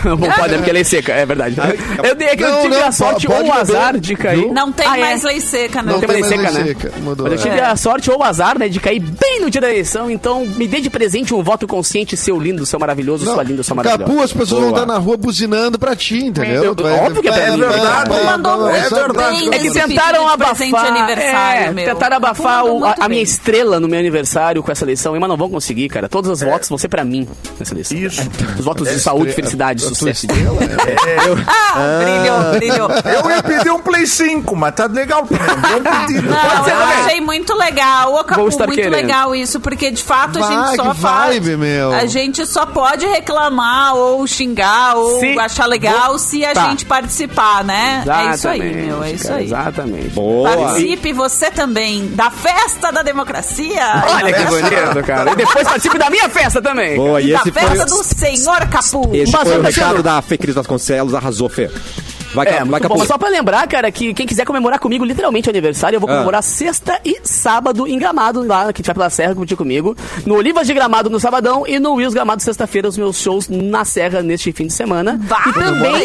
Speaker 2: Não pode, é porque ela é seca, é verdade. Eu dei aqui, eu
Speaker 6: Não,
Speaker 2: tive
Speaker 6: não,
Speaker 2: a sorte
Speaker 6: po- pode
Speaker 2: ou o azar
Speaker 6: beber,
Speaker 2: de cair.
Speaker 4: Não tem
Speaker 2: Ah, é.
Speaker 4: mais lei seca, né?
Speaker 2: Não tem
Speaker 6: tem
Speaker 2: mais
Speaker 6: mais
Speaker 2: seca,
Speaker 6: lei
Speaker 2: né?
Speaker 6: seca, mudou,
Speaker 2: Mas eu tive
Speaker 6: é.
Speaker 2: a sorte ou o azar, né, de cair bem no dia da eleição, então me dê de presente um voto consciente, seu lindo, seu maravilhoso, sua linda, sua maravilhosa.
Speaker 6: Capu, as pessoas vão
Speaker 2: Boa.
Speaker 6: estar na rua buzinando pra ti, entendeu?
Speaker 2: Eu-
Speaker 6: Tu vai-
Speaker 2: óbvio que é pra
Speaker 6: vai-
Speaker 2: mim,
Speaker 6: vai-
Speaker 5: verdade.
Speaker 6: vai-
Speaker 4: Mandou
Speaker 7: um
Speaker 6: vai- né?
Speaker 4: muito
Speaker 6: vai-
Speaker 5: bem
Speaker 6: vai-
Speaker 5: nesse
Speaker 2: É que
Speaker 4: Esse
Speaker 2: tentaram
Speaker 4: pedido de presente
Speaker 2: abafar.
Speaker 4: de aniversário,
Speaker 2: é,
Speaker 4: meu.
Speaker 2: Tentaram abafar
Speaker 4: Mandou
Speaker 2: o- a,
Speaker 4: muito
Speaker 2: a minha
Speaker 4: bem.
Speaker 2: estrela no meu aniversário com essa eleição, e, mas não vão conseguir, cara. Todos os votos vão ser pra mim nessa eleição.
Speaker 5: Isso.
Speaker 2: Os votos de saúde, felicidade,
Speaker 6: A tua
Speaker 2: sucesso.
Speaker 6: estrela?
Speaker 4: Ah, brilhou, brilhou.
Speaker 5: Eu ia pedir um Play 5, mas tá legal também. Bom pedido.
Speaker 4: Não, eu
Speaker 2: também.
Speaker 4: achei muito legal. Ô, Capu,
Speaker 2: Vou estar
Speaker 4: muito
Speaker 2: querendo.
Speaker 4: legal isso, porque de fato a
Speaker 6: Vai,
Speaker 4: gente só
Speaker 6: que
Speaker 4: faz.
Speaker 6: vibe, meu.
Speaker 4: A gente só pode reclamar ou xingar ou
Speaker 2: Se-
Speaker 4: achar legal se a
Speaker 2: Tá.
Speaker 4: gente participar, né? é isso aí,
Speaker 2: Exatamente,
Speaker 4: meu. É isso
Speaker 2: cara,
Speaker 4: aí.
Speaker 2: Exatamente.
Speaker 4: Participe você também da festa da democracia.
Speaker 2: Olha que bonito, cara. E depois participe da minha festa também.
Speaker 1: Boa, e
Speaker 4: da
Speaker 1: esse foi,
Speaker 4: festa
Speaker 1: o-
Speaker 4: do senhor Capu.
Speaker 1: esse
Speaker 2: Mas,
Speaker 1: foi o
Speaker 2: Alexandre-
Speaker 1: recado da Fê Cris Vasconcelos, arrasou, Fê. Vai,
Speaker 2: É,
Speaker 1: é,
Speaker 2: muito
Speaker 1: vai
Speaker 2: bom.
Speaker 1: Capu.
Speaker 2: Só pra lembrar, cara, que quem quiser comemorar comigo literalmente é o aniversário, eu vou
Speaker 1: Ah.
Speaker 2: comemorar sexta e sábado em Gramado, lá, que vai pela Serra curtir comigo. No Olivas de Gramado no sabadão e no Wills Gramado sexta-feira, os meus shows na Serra neste fim de semana.
Speaker 4: Vai,
Speaker 2: e
Speaker 4: aí
Speaker 2: também.
Speaker 4: tu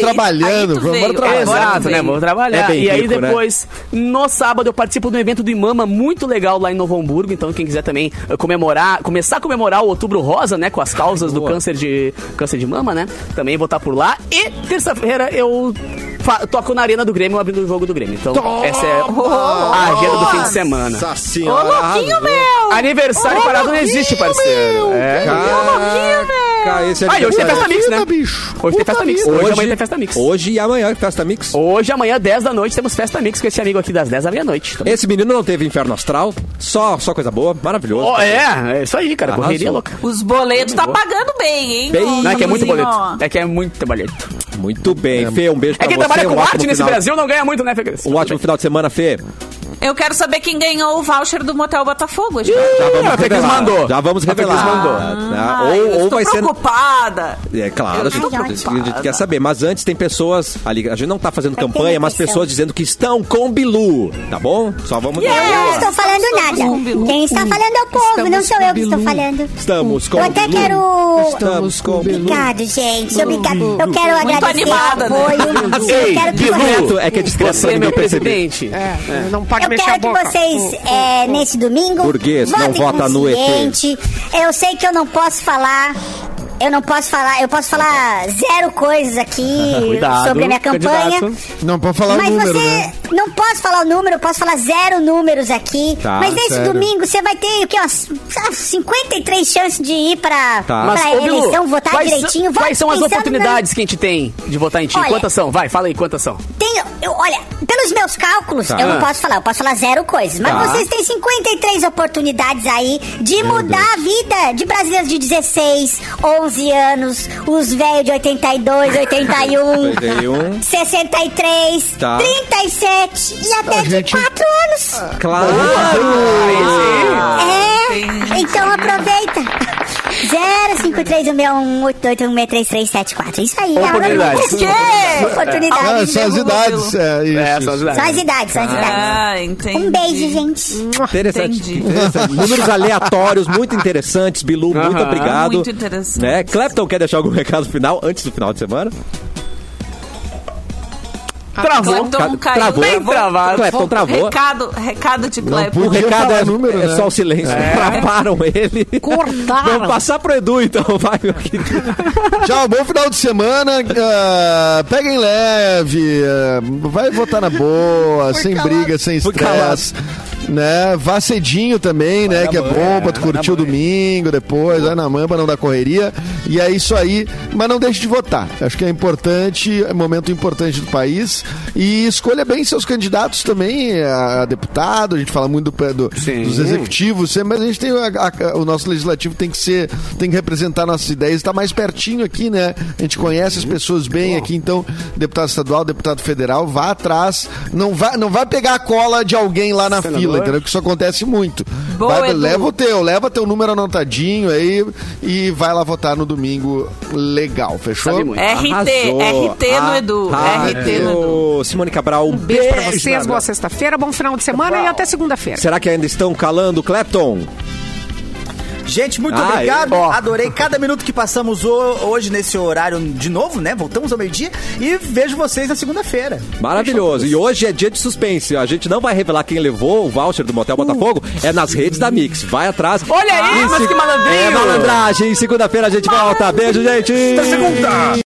Speaker 4: veio,
Speaker 6: trabalhando, vamos trabalhar.
Speaker 4: agora tu
Speaker 2: Exato, né?
Speaker 4: veio.
Speaker 2: Vou trabalhar.
Speaker 1: É bem
Speaker 2: e aí
Speaker 1: rico, né?
Speaker 2: depois, no sábado, eu participo do evento do Imama, muito legal lá em Novo Hamburgo. Então, quem quiser também eh, comemorar, começar a comemorar o Outubro Rosa, né? Com as causas do câncer de, câncer de mama, né? Também vou estar por lá. E terça-feira eu fa- toco na Arena do Grêmio, abrindo o jogo do Grêmio. Então, essa é a agenda do fim de semana.
Speaker 6: Nossa
Speaker 4: Ô,
Speaker 6: senhora,
Speaker 4: louquinho,
Speaker 6: arrasou.
Speaker 4: meu!
Speaker 2: Aniversário parado não existe, parceiro. É.
Speaker 1: Caraca, esse é
Speaker 2: Ah, e hoje tem festa mix, né?
Speaker 6: Puta, bicho.
Speaker 2: Hoje tem
Speaker 6: Puta
Speaker 2: festa mix.
Speaker 6: vida.
Speaker 2: Hoje amanhã tem festa mix.
Speaker 1: Hoje e amanhã, festa mix.
Speaker 2: Hoje, amanhã, 10 da noite, temos festa mix com esse amigo aqui das 10 da meia-noite. Então,
Speaker 1: Esse menino não teve inferno astral, só, só coisa boa, maravilhoso.
Speaker 2: Ó, é, é isso aí, cara.
Speaker 1: Arrasou.
Speaker 2: Correria louca.
Speaker 4: Os boletos tá pagando bem, hein?
Speaker 1: Bem-
Speaker 4: ô,
Speaker 2: Não, é que é muito
Speaker 4: Luizinho?
Speaker 2: boleto. É que é muito boleto.
Speaker 1: Muito bem, Fê, um beijo
Speaker 2: É
Speaker 1: pra
Speaker 2: quem
Speaker 1: você.
Speaker 2: trabalha com
Speaker 1: um
Speaker 2: arte
Speaker 1: ótimo
Speaker 2: nesse
Speaker 1: final-
Speaker 2: Brasil Ah, não ganha muito, né, Fegres?
Speaker 1: Um ótimo final de semana, Fê.
Speaker 4: Eu quero saber quem ganhou o voucher do Motel Botafogo. Hoje.
Speaker 1: Já vamos
Speaker 2: a Fê Cris
Speaker 1: revelar.
Speaker 2: mandou.
Speaker 1: Já vamos
Speaker 2: A Fê Ah, Cris
Speaker 1: revelar.
Speaker 2: mandou.
Speaker 1: Tá?
Speaker 4: Ai, eu
Speaker 1: Ou, ou
Speaker 4: estou
Speaker 1: vai ser...
Speaker 4: preocupada.
Speaker 1: É claro, a gente,
Speaker 4: estou
Speaker 1: a gente
Speaker 4: preocupada.
Speaker 1: quer saber. Mas antes tem pessoas ali. A gente não tá fazendo
Speaker 7: Eu
Speaker 1: campanha,
Speaker 7: tenho
Speaker 1: mas
Speaker 7: impressão.
Speaker 1: pessoas dizendo que estão com Bilu. Tá bom? Só vamos.
Speaker 7: Eu não
Speaker 4: Yeah!
Speaker 7: estou falando
Speaker 4: É. Estamos com Hum.
Speaker 7: nada.
Speaker 4: Bilu.
Speaker 7: Quem está falando é o povo, não sou eu que estou falando.
Speaker 1: Estamos com
Speaker 7: Eu até
Speaker 1: Bilu.
Speaker 7: quero-
Speaker 1: Estamos com Bilu.
Speaker 7: Obrigado, gente. Obrigado. Eu quero agradecer
Speaker 4: animada, né?
Speaker 7: o apoio. Eu
Speaker 2: Ei,
Speaker 7: quero que
Speaker 2: Bilu,
Speaker 7: vocês-
Speaker 1: É que é discreto
Speaker 2: Você é
Speaker 1: pra
Speaker 2: meu
Speaker 1: ninguém perceber.
Speaker 2: presidente.
Speaker 3: É, não pode
Speaker 7: Eu
Speaker 3: mexer a
Speaker 7: quero que
Speaker 3: boca.
Speaker 7: vocês, é, nesse domingo,
Speaker 1: Burguês, não
Speaker 7: votem
Speaker 1: vota no ET.
Speaker 7: consciente. Eu sei que eu não posso falar. Eu não posso falar, eu posso falar zero coisas aqui
Speaker 2: Cuidado,
Speaker 7: É, sobre a minha campanha.
Speaker 2: candidato.
Speaker 6: Não, pode falar
Speaker 7: Mas
Speaker 6: o número,
Speaker 7: você é
Speaker 6: né?
Speaker 7: não posso falar o número, eu posso falar zero números aqui.
Speaker 1: Tá,
Speaker 7: mas nesse
Speaker 6: sério.
Speaker 7: domingo você vai ter o quê? Umas ah, 53 chances de ir pra,
Speaker 1: Tá.
Speaker 7: pra
Speaker 1: Mas,
Speaker 2: ô, Bilu,
Speaker 7: eleição, votar
Speaker 2: quais são-
Speaker 7: direitinho. Vote
Speaker 2: Quais são as
Speaker 7: pensando na-
Speaker 2: oportunidades que a gente tem de votar em ti?
Speaker 7: Olha-
Speaker 2: Quantas são? Vai, fala aí, quantas são?
Speaker 7: Tem, eu, olha, pelos meus cálculos, eu não posso falar, eu posso falar zero coisas. Mas
Speaker 1: Tá.
Speaker 7: vocês têm 53 oportunidades aí de mudar a vida de brasileiros de 16, 11 anos, os velhos de
Speaker 1: *laughs*
Speaker 7: 82, 81,
Speaker 1: 81.
Speaker 7: 63,
Speaker 1: Tá.
Speaker 7: 37 e até
Speaker 6: A
Speaker 7: de
Speaker 6: gente-
Speaker 7: 4 anos.
Speaker 2: Ah,
Speaker 7: É,
Speaker 4: entendi.
Speaker 7: então aproveita. *laughs* 053-161-881-63374. Isso aí, é
Speaker 2: Oportunidades.
Speaker 7: Oportunidade. Oportunidade.
Speaker 6: Ah, são as
Speaker 4: Bilu.
Speaker 6: idades. É, isso.
Speaker 2: É, são as idades.
Speaker 7: Só as idades, só as idades.
Speaker 4: Ah, entendi.
Speaker 7: Um beijo, gente.
Speaker 1: Interessante.
Speaker 4: Entendi.
Speaker 1: interessante. Números aleatórios, muito interessantes. Bilu, muito
Speaker 2: Aham.
Speaker 1: obrigado.
Speaker 4: Muito interessante.
Speaker 1: Né? Clapton, quer deixar algum *laughs* recado final antes do final de semana?
Speaker 7: Ah,
Speaker 2: Travou.
Speaker 4: Clepton caiu.
Speaker 1: travou.
Speaker 4: Bem
Speaker 1: Clepton
Speaker 4: travado.
Speaker 1: Clepton travou.
Speaker 4: Recado, recado de
Speaker 1: O
Speaker 4: Clepton.
Speaker 6: Podia
Speaker 1: recado
Speaker 6: falar
Speaker 1: é,
Speaker 6: número,
Speaker 1: é
Speaker 6: né?
Speaker 1: só o silêncio. Travaram ele.
Speaker 3: Cortaram.
Speaker 1: Vamos passar pro Edu, então, vai, meu querido.
Speaker 6: Tchau, bom final de semana. ah, peguem leve. ah, vai votar na boa, sem briga, sem
Speaker 1: Fui calado.
Speaker 6: estresse. Né? Vá cedinho também, né? Que é bom pra tu curtir o domingo depois, vai na mãe pra não dar correria. E é isso aí, mas não deixe de votar. Acho que é importante, é um momento importante do país. E escolha bem seus candidatos também, a, a deputado, a gente fala muito do, do- dos executivos, sempre, mas a gente tem a- a- o nosso legislativo tem que ser, tem que representar nossas ideias, está mais pertinho aqui, né? A gente conhece as pessoas bem aqui, então, deputado estadual, deputado federal, vá atrás, não vá, não vá pegar a cola de alguém lá na fila, entendeu? Que isso acontece muito.
Speaker 4: Boa,
Speaker 6: Vai-
Speaker 4: Edu.
Speaker 6: leva o teu, leva teu número anotadinho aí e vai lá votar no domingo legal, fechou?
Speaker 2: Sabe muito.
Speaker 4: RT,
Speaker 1: Arrasou.
Speaker 4: RT no Edu.
Speaker 1: Arrasou.
Speaker 4: RT no Edu.
Speaker 1: Simone Cabral, um
Speaker 3: Beijo pra
Speaker 1: na
Speaker 3: vocês, boa sexta-feira, bom final de semana e até segunda-feira.
Speaker 1: Será que ainda estão calando o Clapton?
Speaker 5: Gente, muito
Speaker 4: Ah,
Speaker 5: obrigado.
Speaker 4: é? Ó.
Speaker 5: Adorei cada minuto que passamos ho- hoje nesse horário de novo, né? Voltamos ao meio-dia e vejo vocês na segunda-feira.
Speaker 1: Maravilhoso. E hoje é dia de suspense. A gente não vai revelar quem levou o voucher do Motel Botafogo. É nas redes da Mix. Vai atrás.
Speaker 4: Uh. Olha aí,
Speaker 1: E
Speaker 4: mas
Speaker 1: se-
Speaker 4: que malandrinho.
Speaker 1: É malandragem. Segunda-feira a gente volta. Beijo, gente.
Speaker 10: Até segunda!